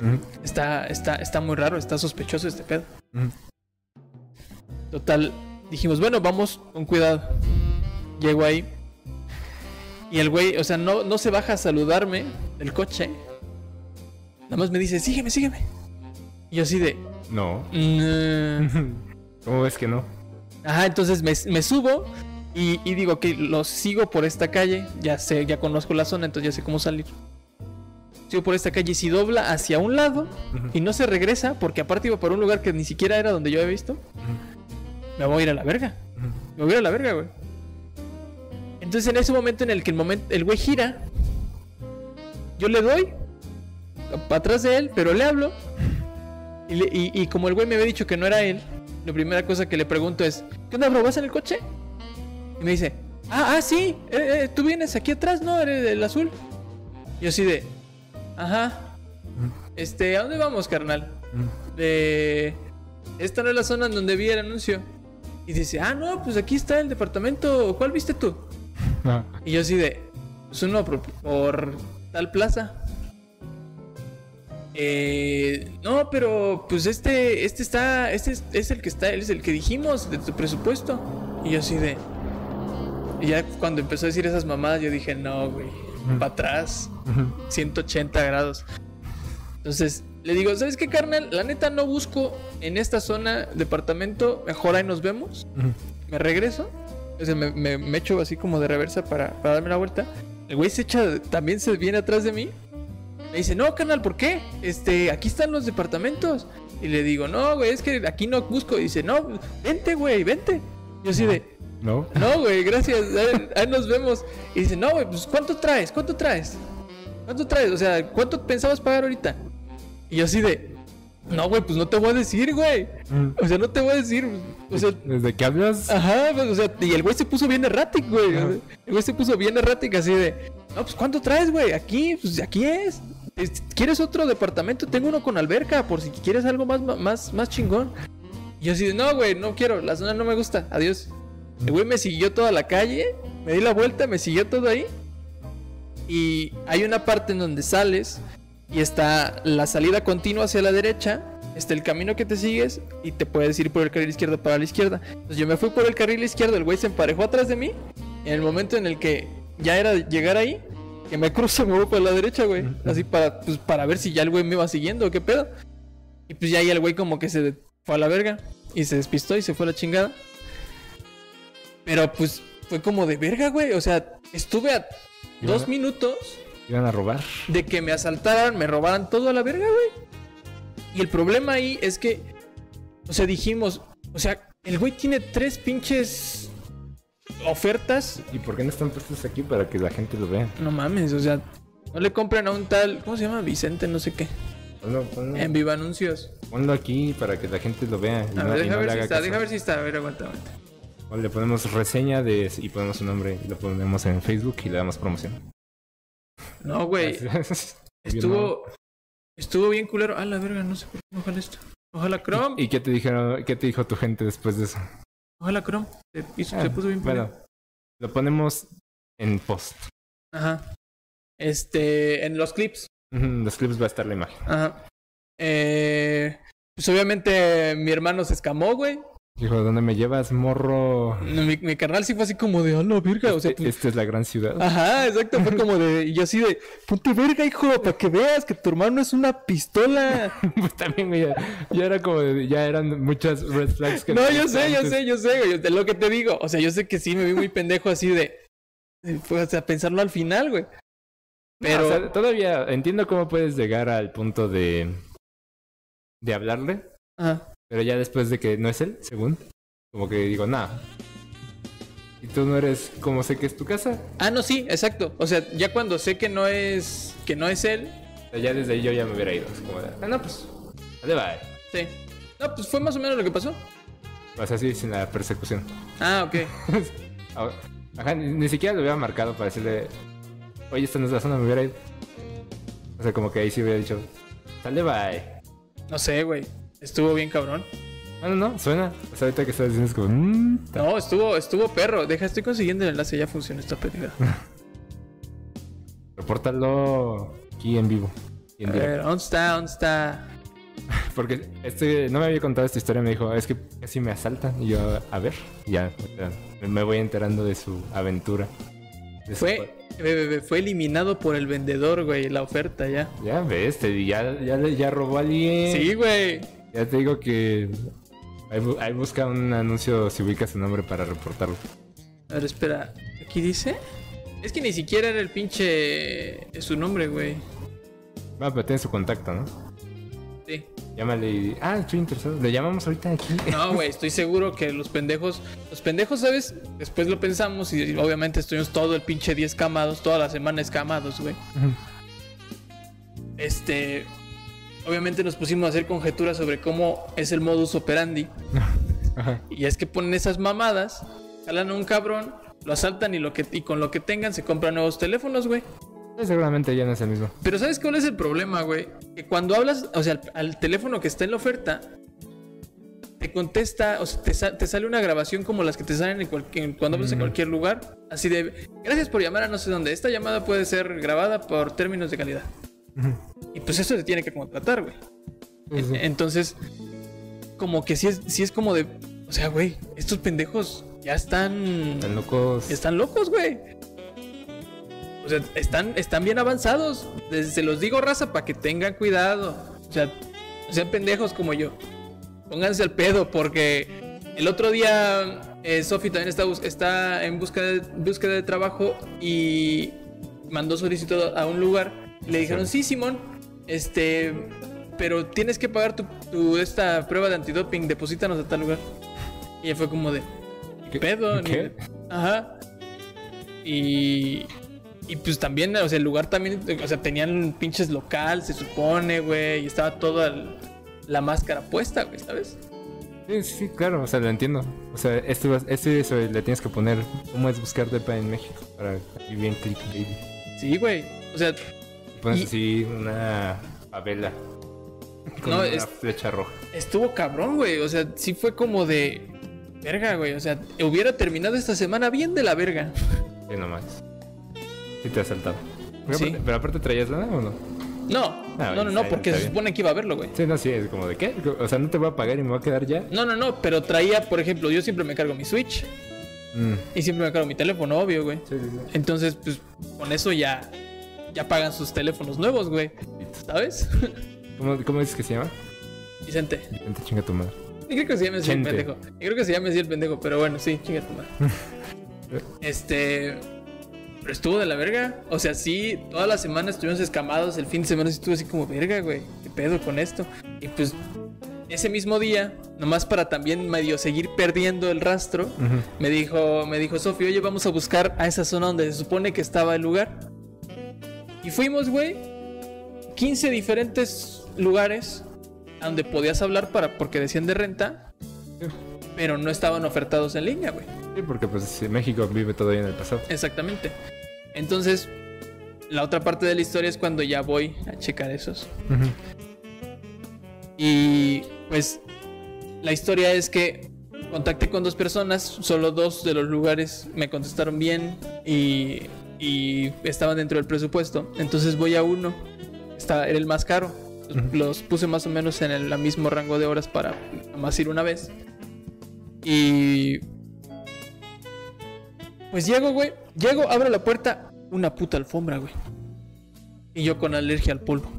Ujú. está, está, está muy raro, está sospechoso este pedo. Ujú. Total, dijimos, bueno, vamos con cuidado. Llego ahí. Y el güey, o sea, no, no se baja a saludarme del coche. Nada más me dice, sígueme, sígueme. Y yo así de... No. "Mm". ¿Cómo ves que no? Ajá, entonces me, me subo y, y digo que los sigo por esta calle. Ya sé, ya conozco la zona, entonces ya sé cómo salir. Sigo por esta calle y si dobla hacia un lado y no se regresa, porque aparte iba por un lugar que ni siquiera era donde yo había visto, me voy a ir a la verga. Me voy a ir a la verga, güey. Entonces en ese momento en el que el, momento, el güey gira, yo le doy para atrás de él, pero le hablo. Y, le- y- y como el güey me había dicho que no era él, la primera cosa que le pregunto es, ¿qué onda, bro? ¿Vas en el coche? Y me dice, ah, ah, sí, eh, eh, tú vienes aquí atrás, ¿no? Eres el azul. Y yo así de, ajá. Este, ¿a dónde vamos, carnal? de esta no es la zona en donde vi el anuncio. Y dice, ah, no, pues aquí está el departamento, ¿cuál viste tú? Ah, Y yo así de, pues uno por, por tal plaza. "Eh, no, pero pues este, este está, este es, es el que está, él es el que dijimos de tu presupuesto. Y yo así de, y ya cuando empezó a decir esas mamadas, yo dije, no, güey, para atrás. 180 grados. Entonces, le digo, ¿sabes qué, carnal? La neta no busco en esta zona departamento, mejor ahí nos vemos. Me regreso, o sea, me, me- me echo así como de reversa para, para darme la vuelta. El güey se echa, también se viene atrás de mí. Me dice, no, carnal, ¿por qué? Este, aquí están los departamentos. Y le digo, no, güey, es que aquí no busco. Y dice, no, vente, güey, vente. Yo así de, ¿No? no, güey, gracias. Ahí, ahí nos vemos. Y dice, no, güey, pues ¿cuánto traes? ¿Cuánto traes? ¿Cuánto traes? O sea, ¿cuánto pensabas pagar ahorita? Y yo así de, no, güey, pues no te voy a decir, güey. O sea, no te voy a decir. O sea, ¿Desde que hablas? ajá, pues, o sea, y el güey se puso bien errático, güey. O sea, El güey se puso bien errático, así de, no, pues ¿cuánto traes, güey? Aquí, pues aquí es. Es- ¿Quieres otro departamento? Tengo uno con alberca, por si quieres algo más, más, más chingón. Y yo así de, no, güey, no quiero, la zona no me gusta, adiós. El güey me siguió toda la calle, me di la vuelta, me siguió todo ahí. Y hay una parte en donde sales y está la salida continua hacia la derecha, está el camino que te sigues y te puedes ir por el carril izquierdo para la izquierda. Entonces yo me fui por el carril izquierdo, el güey se emparejó atrás de mí. En el momento en el que ya era de llegar ahí, que me cruzo, me voy para la derecha, güey. Así para, pues, para ver si ya el güey me iba siguiendo o qué pedo. Y pues ya ahí el güey como que se fue a la verga y se despistó y se fue a la chingada. Pero pues fue como de verga, güey. O sea, estuve a Y dos ahora- minutos ¿Iban a robar? de que me asaltaran, me robaran todo a la verga, güey. Y el problema ahí es que, o sea, dijimos, o sea, el güey tiene tres pinches ofertas. ¿Y por qué no están puestos aquí para que la gente lo vea? No mames, o sea, no le compren a un tal, ¿cómo se llama? Vicente, no sé qué. Ponlo, ponlo- En Viva Anuncios. ponlo aquí para que la gente lo vea. y A no- ver, y deja no ver le si haga está, caso. deja ver si está. A ver, aguanta, aguanta. O le ponemos reseña de y ponemos su nombre y lo ponemos en Facebook y le damos promoción. Ah, <laughs> No, güey, estuvo, estuvo bien culero. A la verga, no sé por qué, ojalá esto. Ojalá Chrome, ¿Y qué te dijeron? ¿Qué te dijo tu gente después de eso? ojalá Chrome. Se, hizo- se Ah, puso bien bueno, culero. lo ponemos en post. Ajá. Este, en los clips. Ujú, En los clips va a estar la imagen. Ajá. Eh, pues obviamente mi hermano se escamó, güey. Dijo, ¿dónde me llevas, morro? Mi, mi carnal sí fue así como de, a la verga. O sea, E- pues, Esta es la gran ciudad. ajá, este. exacto. Fue como de, y yo así de, ponte verga, hijo, para que veas que tu hermano es una pistola. pues también, güey, ya, ya era como, de- ya eran muchas red flags <laughs> que No, yo tenías sé, yo antes. sé, yo sé, güey. Es lo que te digo. O sea, yo sé que sí me vi muy pendejo así de, pues, o sea, pensarlo al final, güey. Pero, Ah, O sea, todavía entiendo cómo puedes llegar al punto de de hablarle, ajá. pero ya después de que no es él, según, como que digo, nada. Y tú no eres como sé que es tu casa. Ah, no, sí, exacto. O sea, ya cuando sé que no es, que no es él, O sea, ya desde ahí yo ya me hubiera ido. Es como, de, ah, no, pues, dale, va. sí. No, pues fue más o menos lo que pasó. O sea, así sin la persecución. Ah, ok. Ah, Ajá, ni, ni siquiera lo hubiera marcado para decirle, oye, esta no es la zona, me hubiera ido. O sea, como que ahí sí hubiera dicho, dale, bye. No sé, güey. Estuvo bien cabrón. No, no, no, suena. O sea, ahorita que estás diciendo es como, mmm, No, estuvo, estuvo perro. Deja, estoy consiguiendo el enlace, ya funciona esta pendejada. repórtalo aquí en vivo. y A en directo. ver, ¿dónde está? ¿Dónde está? Porque este, no me había contado esta historia, me dijo, "Ah, es que casi me asaltan. Y yo, a ver, ya, ya, me voy enterando de su aventura. De su- Fue, ve, ve, fue eliminado por el vendedor, güey, la oferta ya. Ya ves, te- ya, ya, le- ya robó a alguien. Sí, güey. Ya te digo que ahí, bu- ahí busca un anuncio si ubicas su nombre para reportarlo. A ver, espera. ¿Aquí dice? Es que ni siquiera era el pinche. Es su nombre, güey. Va, pero tiene su contacto, ¿no? Sí. Llámale y... Ah, estoy interesado. Le llamamos ahorita aquí. <laughs> No, güey, estoy seguro que los pendejos. Los pendejos, ¿sabes? Después lo pensamos y, y obviamente estuvimos todo el pinche día escamados, toda la semana escamados, güey. Este. Obviamente nos pusimos a hacer conjeturas sobre cómo es el modus operandi. Ajá. Y es que ponen esas mamadas, jalan a un cabrón, lo asaltan y, lo que, y con lo que tengan se compran nuevos teléfonos, güey. Sí, Seguramente ya no es el mismo. Pero ¿sabes cuál es el problema, güey? Que cuando hablas, o sea, al, al teléfono que está en la oferta, te contesta, o sea, te, sa- te sale una grabación como las que te salen en cualquier, cuando hablas en cualquier lugar. Así de, gracias por llamar a no sé dónde. Esta llamada puede ser grabada por términos de calidad. Y pues eso se tiene que contratar, güey. Sí, Eh, sí. Entonces, como que sí es, sí es como de, o sea, güey, estos pendejos ya están... Están locos. Están locos, güey. O sea, están, están bien avanzados. Les- Se los digo, raza, para que tengan cuidado. O sea, no sean pendejos como yo. Pónganse al pedo, porque el otro día eh, Sofi también está, bus- está en búsqueda de, búsqueda de trabajo y mandó solicitud a un lugar. Le dijeron, sí, Simón, este, pero tienes que pagar tu, tu- esta prueba de antidoping, deposítanos a tal lugar. Y ella fue como de, ¿Qué- pedo, ni qué? de- Ajá. Y. Y pues también, o sea, el lugar también, o sea, tenían pinches local, se supone, güey, y estaba toda el- la máscara puesta, güey, ¿sabes? Sí, sí, sí, claro, o sea, lo entiendo. O sea, este, va- este eso le tienes que poner cómo es buscar depa en México para ir bien click, baby. Sí, güey. O sea, Pones Y- así una favela con No, una es- flecha roja. estuvo cabrón, güey. O sea, sí fue como de. Verga, güey. O sea, hubiera terminado esta semana bien de la verga. Sí, nomás. Sí te asaltaba. Pero, Sí. aparte, pero aparte traías lana o no? No, Ah, no, no, está no, bien, porque está se bien. supone que iba a verlo, güey. Sí, no, sí, es como de qué? O sea, no te voy a pagar y me voy a quedar ya. No, no, no, pero traía, por ejemplo, yo siempre me cargo mi Switch Mm, y siempre me cargo mi teléfono, obvio, güey. Sí, sí, sí. Entonces, pues con eso ya ya pagan sus teléfonos nuevos, güey. ¿Sabes? <laughs> ¿Cómo, cómo dices que se llama? Vicente. Vente, chinga tu madre. Y creo que se llama así el Chente. pendejo. Y creo que se llama así el pendejo, pero bueno, sí, chinga tu madre. Este. Pero estuvo de la verga. O sea, sí, toda la semana estuvimos escamados. El fin de semana sí estuve así como, verga, güey. ¿Qué pedo con esto? Y pues, ese mismo día, nomás para también medio seguir perdiendo el rastro, Ujú. me dijo, me dijo Sofi, oye, vamos a buscar a esa zona donde se supone que estaba el lugar. Y fuimos, güey, 15 diferentes lugares a donde podías hablar para, porque decían de renta, pero no estaban ofertados en línea, güey. Sí, porque pues sí, México vive todavía en el pasado. Exactamente. Entonces, la otra parte de la historia es cuando ya voy a checar esos. Ujú. Y pues la historia es que contacté con dos personas, solo dos de los lugares me contestaron bien y, y estaban dentro del presupuesto. Entonces voy a uno, estaba, era el más caro. Los, Ujú. los puse más o menos en el mismo rango de horas para más ir una vez. Y... Pues llego, güey. Llego, abro la puerta, una puta alfombra, güey. Y yo con alergia al polvo.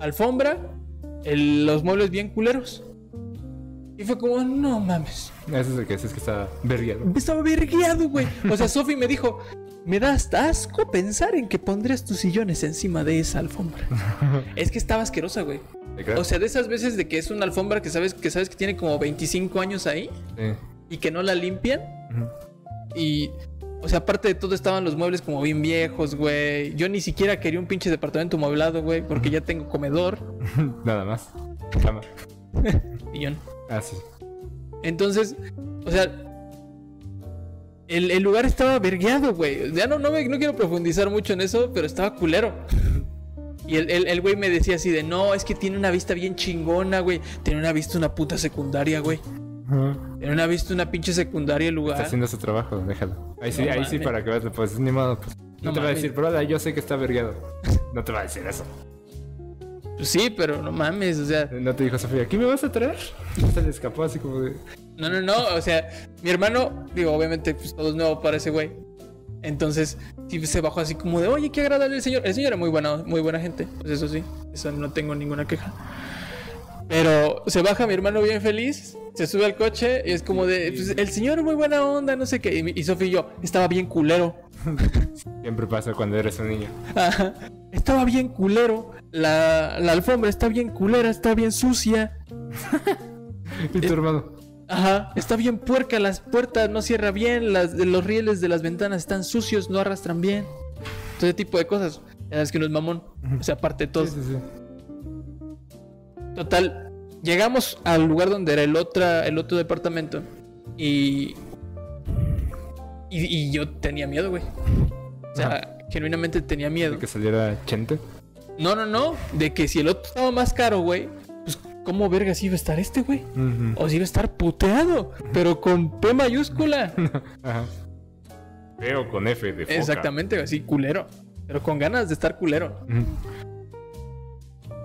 Alfombra, el- los muebles bien culeros. Y fue como, no mames. Ese es el que dices que está vergueado. Estaba vergueado, güey. O sea, Sofi me dijo, me da hasta asco pensar en que pondrías tus sillones encima de esa alfombra. es que estaba asquerosa, güey. ¿Te crees? O sea, de esas veces de que es una alfombra que sabes que, sabes que tiene como 25 años ahí Sí. y que no la limpian. Ujú. Y, o sea, aparte de todo estaban los muebles como bien viejos, güey. Yo ni siquiera quería un pinche departamento amueblado, güey, porque ya tengo comedor, <laughs> Nada más. Cama. sillón. Ah, sí. Entonces, o sea, el, el lugar estaba vergueado, güey. Ya no, no, me- no quiero profundizar mucho en eso, pero estaba culero. Y el- el el güey me decía así de, no, es que tiene una vista bien chingona, güey. Tiene una vista una puta secundaria, güey. Ujú. Tiene una vista una pinche secundaria el Está lugar. haciendo su trabajo, déjalo. Ahí sí, No ahí sí mames. para que veas, pues ni modo. pues. No, No te va a mames. <laughs> decir, brother, yo sé que está vergueado. No te va a decir eso. Pues sí, pero no mames, o sea. No te dijo Sofía, ¿qué me vas a traer? <laughs> Se le escapó así como de. No, no, no. O sea, mi hermano, digo, obviamente, pues todo es nuevo para ese güey. Entonces, sí se bajó así como de, oye, qué agradable el señor. El señor era muy buena, muy buena gente. Pues eso sí, eso no tengo ninguna queja. Pero se baja mi hermano bien feliz, se sube al coche y es como de, pues, el señor muy buena onda, no sé qué. Y, mi- y Sofía y yo, estaba bien culero. <laughs> Siempre pasa cuando eres un niño. Ajá. Estaba bien culero. La, la alfombra está bien culera, está bien sucia. Y tu hermano. Ajá. Está bien puerca, las puertas no cierra bien, las, los rieles de las ventanas están sucios, no arrastran bien. Todo ese tipo de cosas. Ya sabes que uno es mamón. O sea, aparte de todo. Sí, sí, sí. Total, llegamos al lugar donde era el, otra, el otro departamento y, y. y yo tenía miedo, güey. O sea, genuinamente tenía miedo. De Que saliera Chente. No, no, no. De que si el otro estaba más caro, güey, pues, ¿cómo vergas iba a estar este, güey? Ujú. O si iba a estar puteado, pero con P mayúscula. Ajá. Veo con F de foca. Exactamente, así culero. Pero con ganas de estar culero. Ujú.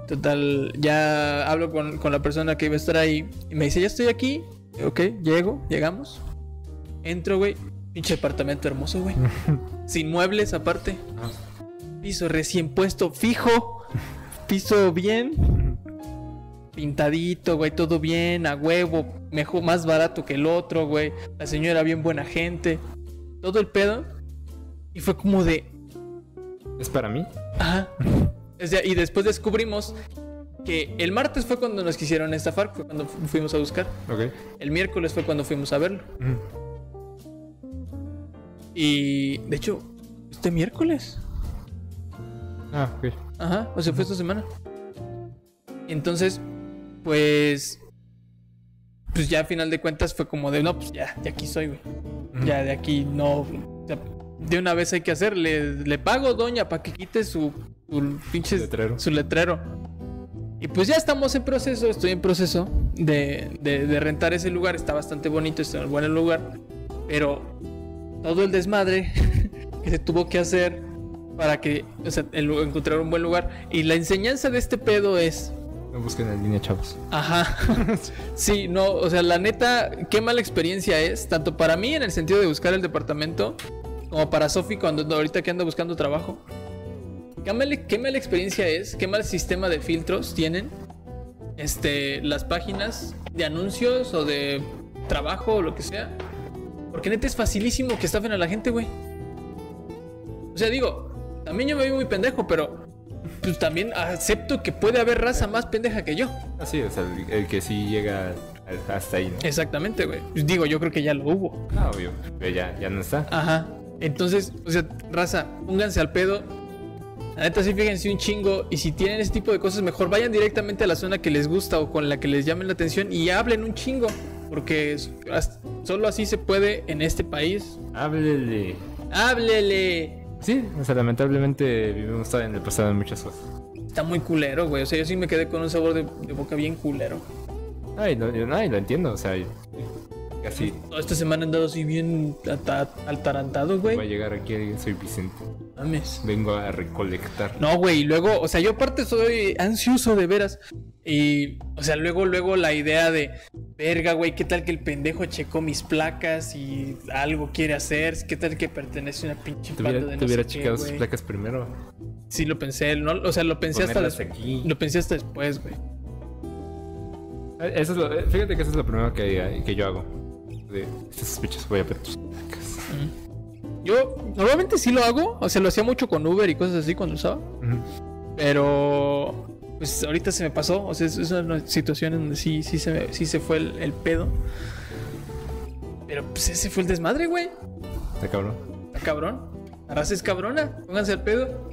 Total, ya hablo con, con la persona que iba a estar ahí. Y me dice, ya estoy aquí. Ok, ¿Eh? llego, llegamos. Entro, güey. Pinche apartamento hermoso, güey. Sin muebles aparte. Ah. Piso recién puesto, fijo. Piso bien. Pintadito, güey. Todo bien, a huevo. Mejor, más barato que el otro, güey. La señora bien buena gente. Todo el pedo. Y fue como de, ¿Es para mí? Ajá. O sea, y después descubrimos que el martes fue cuando nos quisieron estafar, fue cuando fu- fuimos a buscar. Ok. El miércoles fue cuando fuimos a verlo. Ujú. Y de hecho, este miércoles. Ah, ok. Ajá, o sea, fue esta semana. Entonces, pues. Pues ya a final de cuentas fue como de no, pues ya, de aquí soy, güey. Ujú. Ya de aquí no. o sea, de una vez hay que hacer. Le, le pago, doña, para que quite su, su pinche Letrero. su letrero. Y pues ya estamos en proceso, estoy en proceso de, de- de rentar ese lugar. Está bastante bonito, está en buen lugar. Pero todo el desmadre <laughs> que se tuvo que hacer para que o sea, el lu- encontrar un buen lugar. Y la enseñanza de este pedo es. No busquen en línea, chavos. Ajá. Sí, no, o sea, la neta, qué mala experiencia es, tanto para mí en el sentido de buscar el departamento, como para Sofi cuando ahorita que anda buscando trabajo. Qué mala, qué mala experiencia es, qué mal sistema de filtros tienen este, las páginas de anuncios o de trabajo o lo que sea. Porque neta es facilísimo que estafen a la gente, güey. O sea, digo, también yo me vi muy pendejo, pero pues también acepto que puede haber raza más pendeja que yo. Así es, el, el que sí llega al- hasta ahí, ¿no? Eh. Exactamente, güey. Pues Digo, yo creo que ya lo hubo. Ah, obvio. Pero ya, ya no está. Ajá. Entonces, o sea, raza, pónganse al pedo. La neta, sí, fíjense un chingo. Y si tienen ese tipo de cosas, mejor vayan directamente a la zona que les gusta o con la que les llamen la atención y hablen un chingo. Porque es- as- solo así se puede en este país. Háblele. ¡Háblele! Sí, o sea, lamentablemente vivimos todavía en el pasado en muchas cosas. Está muy culero, güey. O sea, yo sí me quedé con un sabor de, de boca bien culero. Ay, lo, yo- ay, lo entiendo, o sea, yo- casi Toda esta semana he andado así bien ata- altarantado, va a güey. llegar aquí alguien, soy Vicente. Mames. Vengo a recolectar. No, güey, y luego, o sea, yo aparte soy ansioso de veras. Y, o sea, luego, luego la idea de, verga, güey, ¿qué tal que el pendejo checó mis placas y algo quiere hacer? ¿Qué tal que pertenece a una pinche Te hubiera, banda de te no hubiera sé qué, checado sus güey? placas primero. Sí, lo pensé, no, o sea, lo pensé hasta Ponerlas después. aquí. Lo pensé hasta después, güey. Eh, Eso es lo- eh, fíjate que eso es lo primero que, que yo hago. De, estas sospechas voy a ver tus placas. Yo normalmente sí lo hago, o sea, lo hacía mucho con Uber y cosas así cuando usaba. Ujú. Pero pues ahorita se me pasó. O sea, es, es una situación en donde sí, sí se me- sí se fue el, el pedo. Pero pues ese fue el desmadre, güey. Está cabrón. Está cabrón. La raza es cabrona. Pónganse al pedo.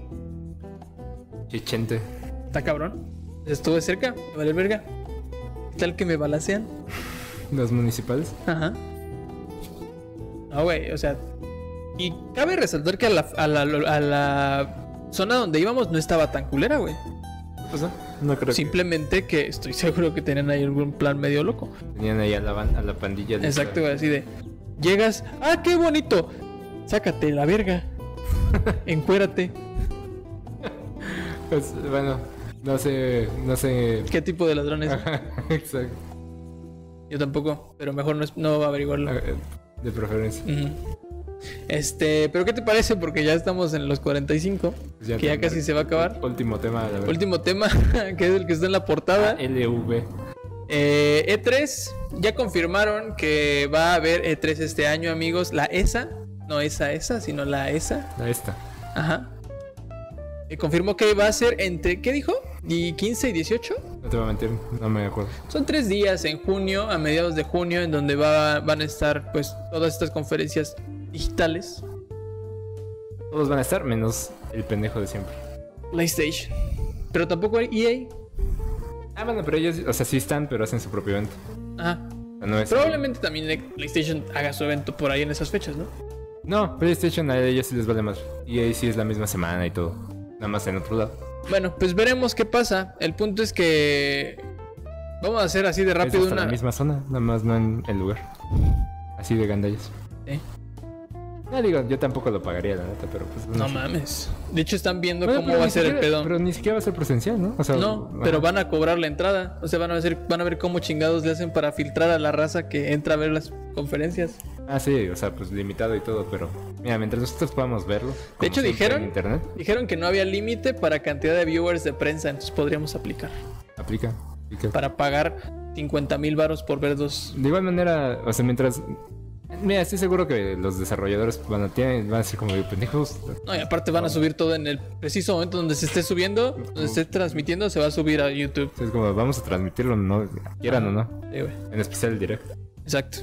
Chichente. Está cabrón. Estuve cerca, me vale verga. ¿Qué tal que me balacean? Los municipales. Ajá. No, güey, o sea. Y cabe resaltar que a la, a la, a la zona donde íbamos no estaba tan culera, güey. Pues no, no creo Simplemente que estoy seguro que tenían ahí algún plan medio loco. que tenían ahí a la, ban- a la pandilla. lista. Exacto, güey, así de. Llegas, ¡ah, qué bonito! Sácate <laughs> la verga. Encuérate. Pues, bueno, No sé, no sé. <laughs> ¿Qué tipo de ladrones? Ajá, Exacto. Yo tampoco, pero mejor no, es- no averiguarlo. Eh, De preferencia. Ujú. Este, pero ¿qué te parece? Porque ya estamos en los 45. Pues Que ya tengo- casi se va a acabar. Último tema, la verdad. Último tema, <laughs> que es el que está en la portada. Ah, LV. Eh, E3, ya confirmaron que va a haber E3 este año, amigos. La ESA, no E esa ESA, sino la E ESA. Ah, Esta. Ajá. Eh, confirmó que va a ser entre, ¿qué dijo? ¿Y 15 y 18? No te voy a mentir, no me acuerdo. Son tres días en junio, a mediados de junio, en donde va- van a estar pues todas estas conferencias digitales. Todos van a estar menos el pendejo de siempre. PlayStation. Pero tampoco hay E EA. Ah, bueno, pero ellos, o sea, sí están, pero hacen su propio evento. Ajá. O sea, no es- Probablemente también PlayStation haga su evento por ahí en esas fechas, ¿no? No, PlayStation a ellos sí les vale más. Y ahí sí es la misma semana y todo. Nada más en otro lado. Bueno, pues veremos qué pasa. El punto es que vamos a hacer así de rápido es hasta una. la misma zona, nada más no en el lugar. Así de gandallas. Sí. No digo, yo tampoco lo pagaría, la neta, pero pues. No sé. mames. De hecho están viendo Bueno, cómo pero va a ni ser el siquiera- pedo. Pero ni siquiera va a ser presencial, ¿no? O sea, No, ajá. pero van a cobrar la entrada. O sea, van a ver, van a ver cómo chingados le hacen para filtrar a la raza que entra a ver las conferencias. Ah, sí, o sea, pues limitado y todo, pero. Mira, mientras nosotros podamos verlo. como hecho, siempre dijeron- En internet, Dijeron que no había límite para cantidad de viewers de prensa, entonces podríamos aplicar. aplica. aplica. Para pagar 50 mil varos por ver dos. De igual manera, o sea, mientras. Mira, estoy seguro que los desarrolladores van a, tienen, van a ser como pendejos. No, y aparte van a subir todo en el preciso momento donde se esté subiendo, donde se esté transmitiendo, se va a subir a YouTube. Es como, vamos a transmitirlo, no quieran o no. Sí, güey. En especial el directo. Exacto.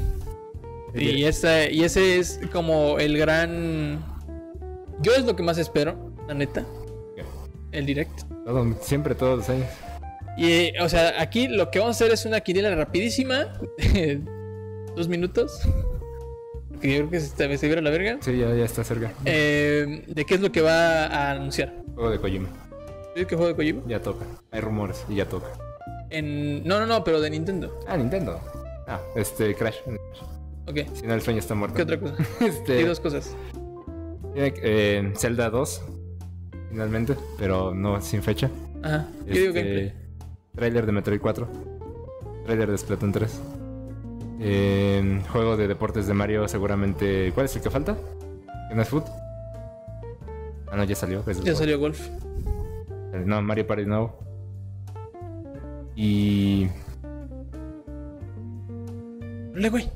El Y, directo. esa- y ese es como el gran. Yo es lo que más espero, la neta. El direct. Todo- siempre, todos los años. Y, eh, o sea, aquí lo que vamos a hacer es una quiniela rapidísima. <laughs> dos minutos. Porque yo creo que se, está- se vieron la verga. Sí, ya, ya está cerca. Eh, de qué es lo que va a anunciar. Juego de Kojima. ¿Sabes qué juego de Kojima? Ya toca. Hay rumores y ya toca. En... No, no, no, pero de Nintendo. Ah, Nintendo. Ah, este, Crash. Ok. Si no, el sueño está muerto. ¿Qué otra cosa? <laughs> Este, Hay dos cosas. tiene que- eh, Zelda 2. Finalmente, pero no sin fecha. Ajá. Yo digo Este, gameplay. Trailer de Metroid 4. Trailer de Splatoon 3. eh, juego de deportes de Mario, seguramente. ¿Cuál es el que falta? ¿Que no es Foot? Ah, no, ya salió. es el Ya juego. salió Golf. No, Mario Party nuevo. Y. Dale, güey.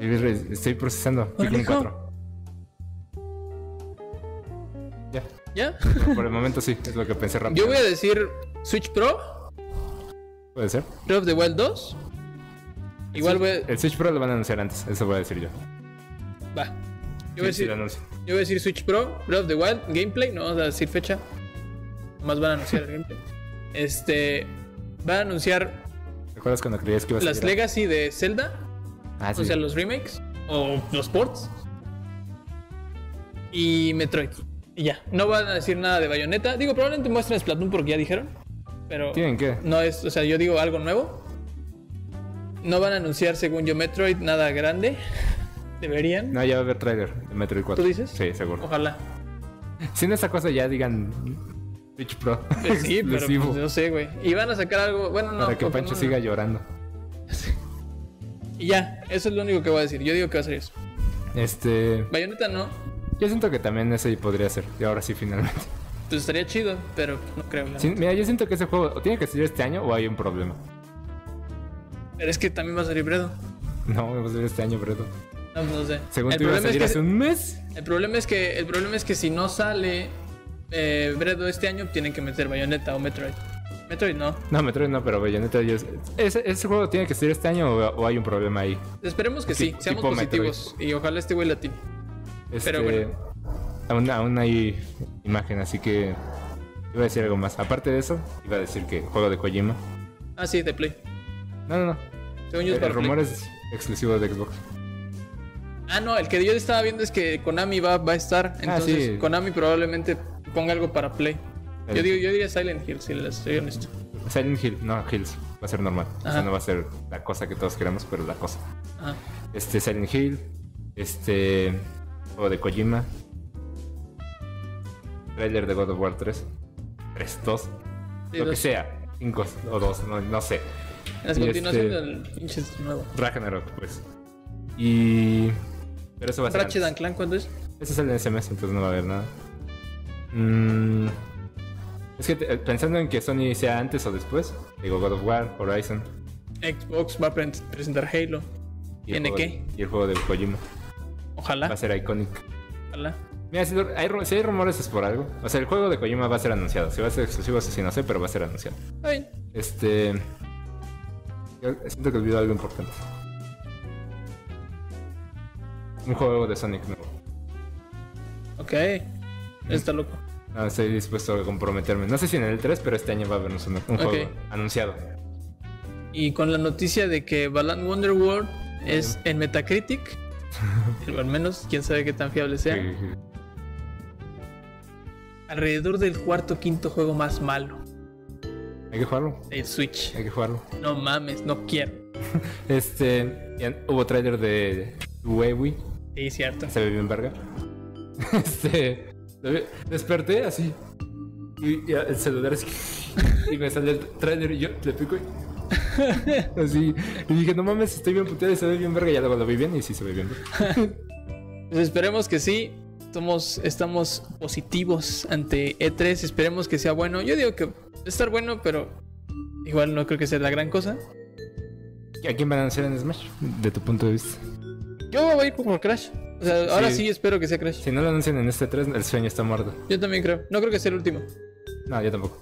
Estoy procesando. Pikmin hijo. 4. Ya, ¿Ya? por el momento sí, es lo que pensé rápido. Yo voy a decir Switch Pro, ¿Puede ser? Breath of the Wild 2. Igual voy a... El Switch Pro lo van a anunciar antes, eso voy a decir yo. Va. Yo voy a Sí, sí decir, lo anuncian. yo voy a decir Switch Pro, Breath of the Wild, gameplay, no vamos a decir fecha. Más van a anunciar el gameplay. Este... Van a anunciar ¿Te acuerdas cuando creías que ibas a las salir? Legacy de Zelda, Ah, Pues sí. o sea, los remakes, o los ports. Y Metroid. Y ya. No van a decir nada de Bayonetta. Digo, probablemente muestren Splatoon porque ya dijeron. Pero... ¿Tienen qué? No es, o sea, yo digo algo nuevo. No van a anunciar, según yo, Metroid nada grande. <laughs> Deberían. No, ya va a haber trailer de Metroid 4. ¿Tú dices? Sí, seguro. Ojalá. Si en esa cosa ya digan Switch Pro. <laughs> Pues sí, pero exclusivo, pues, no sé, güey. Y van a sacar algo. Bueno, no. Para que Pokémon Pancho no. siga llorando. Y ya, eso es lo único que voy a decir. Yo digo que va a ser eso. Este. Bayonetta no. Yo siento que también ese podría ser. Y ahora sí, <laughs> finalmente. Pues estaría chido, pero no creo. la Sí, neta. mira, yo siento que ese juego o tiene que salir este año o hay un problema. <laughs> Pero es que también va a salir Bredo. No, va a salir este año, pero. No, pues, no sé. Según el, tú iba a problema salir es hace que, un mes. el problema es que el problema es que si no sale eh, Bredo este año, tienen que meter Bayonetta o Metroid. Metroid no. No, Metroid no, pero Bayonetta. Yo... Ese, ese juego tiene que salir este año o, o hay un problema ahí. Esperemos que sí, Tipo- seamos tipo positivos. Y ojalá este güey latino. Este, Pero bueno. Aún, aún hay imagen, así que. Iba a decir algo más. Aparte de eso, iba a decir que juego de Kojima. Ah, sí, de Play. No, no, no. Según yo es El, para Play. rumor es exclusivo de Xbox. Ah, no, el que yo estaba viendo es que Konami va, va a estar. Entonces, Ah, sí. Konami probablemente ponga algo para Play. Yo, El- digo, yo diría Silent Hill, si les soy honesto. Silent Hill, no, Hills. Va a ser normal. O Ajá. sea, no va a ser la cosa que todos queremos, pero la cosa. Ajá. Este, Silent Hill. Este. Juego de Kojima. Trailer de God of War 3. 3, 2. Sí, lo que dos. sea, cinco o dos, no, no sé. Las Y continuaciones este- del pinche nuevo. Ragnarok, pues. Y. Pero eso va a ser. Ratchet and antes. Clank, ¿cuándo es? Ese es el de SMS, entonces no va a haber nada. Mm, Es que te- pensando en que Sony sea antes o después, digo God of War, Horizon. Xbox va a pre- presentar Halo. Y el ¿Tiene juego- qué? Ah. Y el juego de Kojima. Ojalá. Va a ser icónico. Ojalá. Mira, si, lo- hay, ru- si hay rumores es por algo. O sea, el juego de Kojima va a ser anunciado. Si va a ser exclusivo, eso sí, no sé, pero va a ser anunciado. Está bien. Este. yo siento que olvido algo importante. Un juego de Sonic nuevo. Ok. Está loco. No, Ah, estoy dispuesto a comprometerme. No sé si en el 3, pero este año va a haber un, Sonic- un Ok. juego anunciado. Y con la noticia de que Balan Wonderworld es <laughs> en Metacritic. o al menos, quién sabe qué tan fiable sea. Que- que- Alrededor del cuarto quinto juego más malo Hay que jugarlo. del Switch. Hay que jugarlo. No mames, no quiero. Este. y an- hubo trailer de Huewi. Sí, cierto. Se ve bien verga. <laughs> Este. lo vi- Desperté así. Y, y el celular así. Y me sale el trailer y yo le pico y. Así. Y <laughs> dije, no mames, estoy bien puteado y se ve bien verga. Ya luego lo vi bien y sí se ve bien verga. Pues esperemos que sí. Somos, estamos positivos ante E3. Esperemos que sea bueno. Yo digo que va a estar bueno, pero igual no creo que sea la gran cosa. ¿A quién van a anunciar en Smash? De tu punto de vista. Yo voy a ir por Crash. O sea, ahora Sí. sí espero que sea Crash. Si no lo anuncian en este 3, el sueño está muerto. Yo también creo. No creo que sea el último. No, yo tampoco.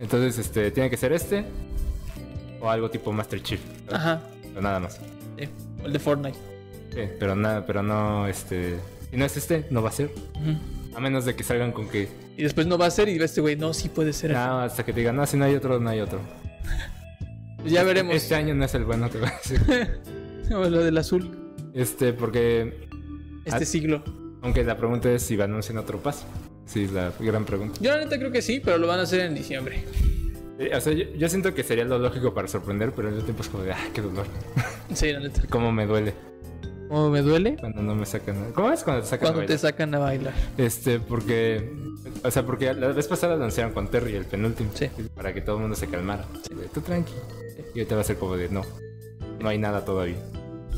Entonces, este, tiene que ser este. O algo tipo Master Chief. Ajá. Pero nada más. Sí, o el de Fortnite. Sí, pero nada, pero no, este. Si no es este, no va a ser. Ujú. A menos de que salgan con que Y después no va a ser y va este güey, no, sí puede ser. No, hasta que te digan, no, si no hay otro, no hay otro. Pues ya veremos. <laughs> Este año no es el bueno, te voy a decir. O lo del azul, Este, porque, este Ah. siglo. aunque la pregunta es si van a anunciar otro paso. Sí, es la gran pregunta. Yo la neta creo que sí, pero lo van a hacer en diciembre. Eh, O sea, yo, yo siento que sería lo lógico para sorprender, pero al mismo tiempo es como de, ah, qué dolor. Sí, la neta. Cómo me duele ¿Cómo me duele? cuando no me sacan. ¿Cómo es cuando te sacan? a Cuando te bailar? sacan a bailar. Este, porque, o sea, porque la vez pasada lo anunciaron con Terry, el penúltimo, Sí. para que todo el mundo se calmara. De, Tú tranqui. Y ahorita va a ser como de, no, no hay nada todavía.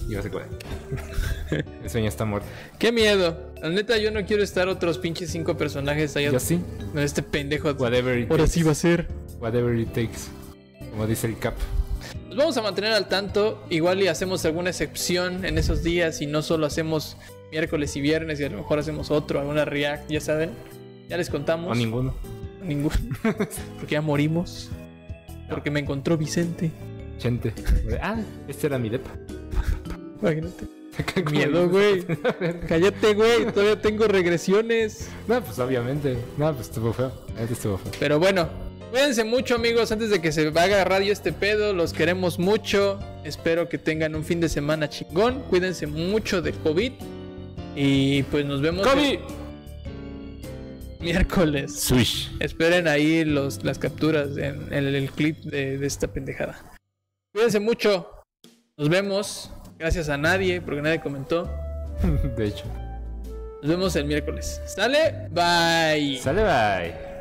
Y va a ser como de, <laughs> el sueño está muerto. Qué miedo. La neta, yo no quiero estar otros pinches cinco personajes allá Yo sí, con este pendejo. Whatever it Ahora takes. sí va a ser. Whatever it takes. Como dice el cap. Nos vamos a mantener al tanto. Igual y hacemos alguna excepción en esos días y no solo hacemos miércoles y viernes y a lo mejor hacemos otro, alguna react, ya saben. Ya les O contamos. ninguno. Ninguno. <laughs> Porque ya morimos. Porque me encontró Vicente. Gente. Ah, este era mi depa. <laughs> <laughs> Imagínate. Qué Miedo, güey. <laughs> Cállate, güey. Todavía tengo regresiones. No, pues obviamente. No, pues estuvo feo. Este estuvo feo. Pero bueno, cuídense mucho, amigos. Antes de que se vaya radio este pedo, los queremos mucho. Espero que tengan un fin de semana chingón. Cuídense mucho de COVID. Y pues nos vemos ¡Kobe! el miércoles. Swish. Esperen ahí los, las capturas en, en el clip de, de esta pendejada. Cuídense mucho. Nos vemos. Gracias a nadie, porque nadie comentó. <laughs> De hecho. Nos vemos el miércoles. ¿Sale? Bye. Sale, bye.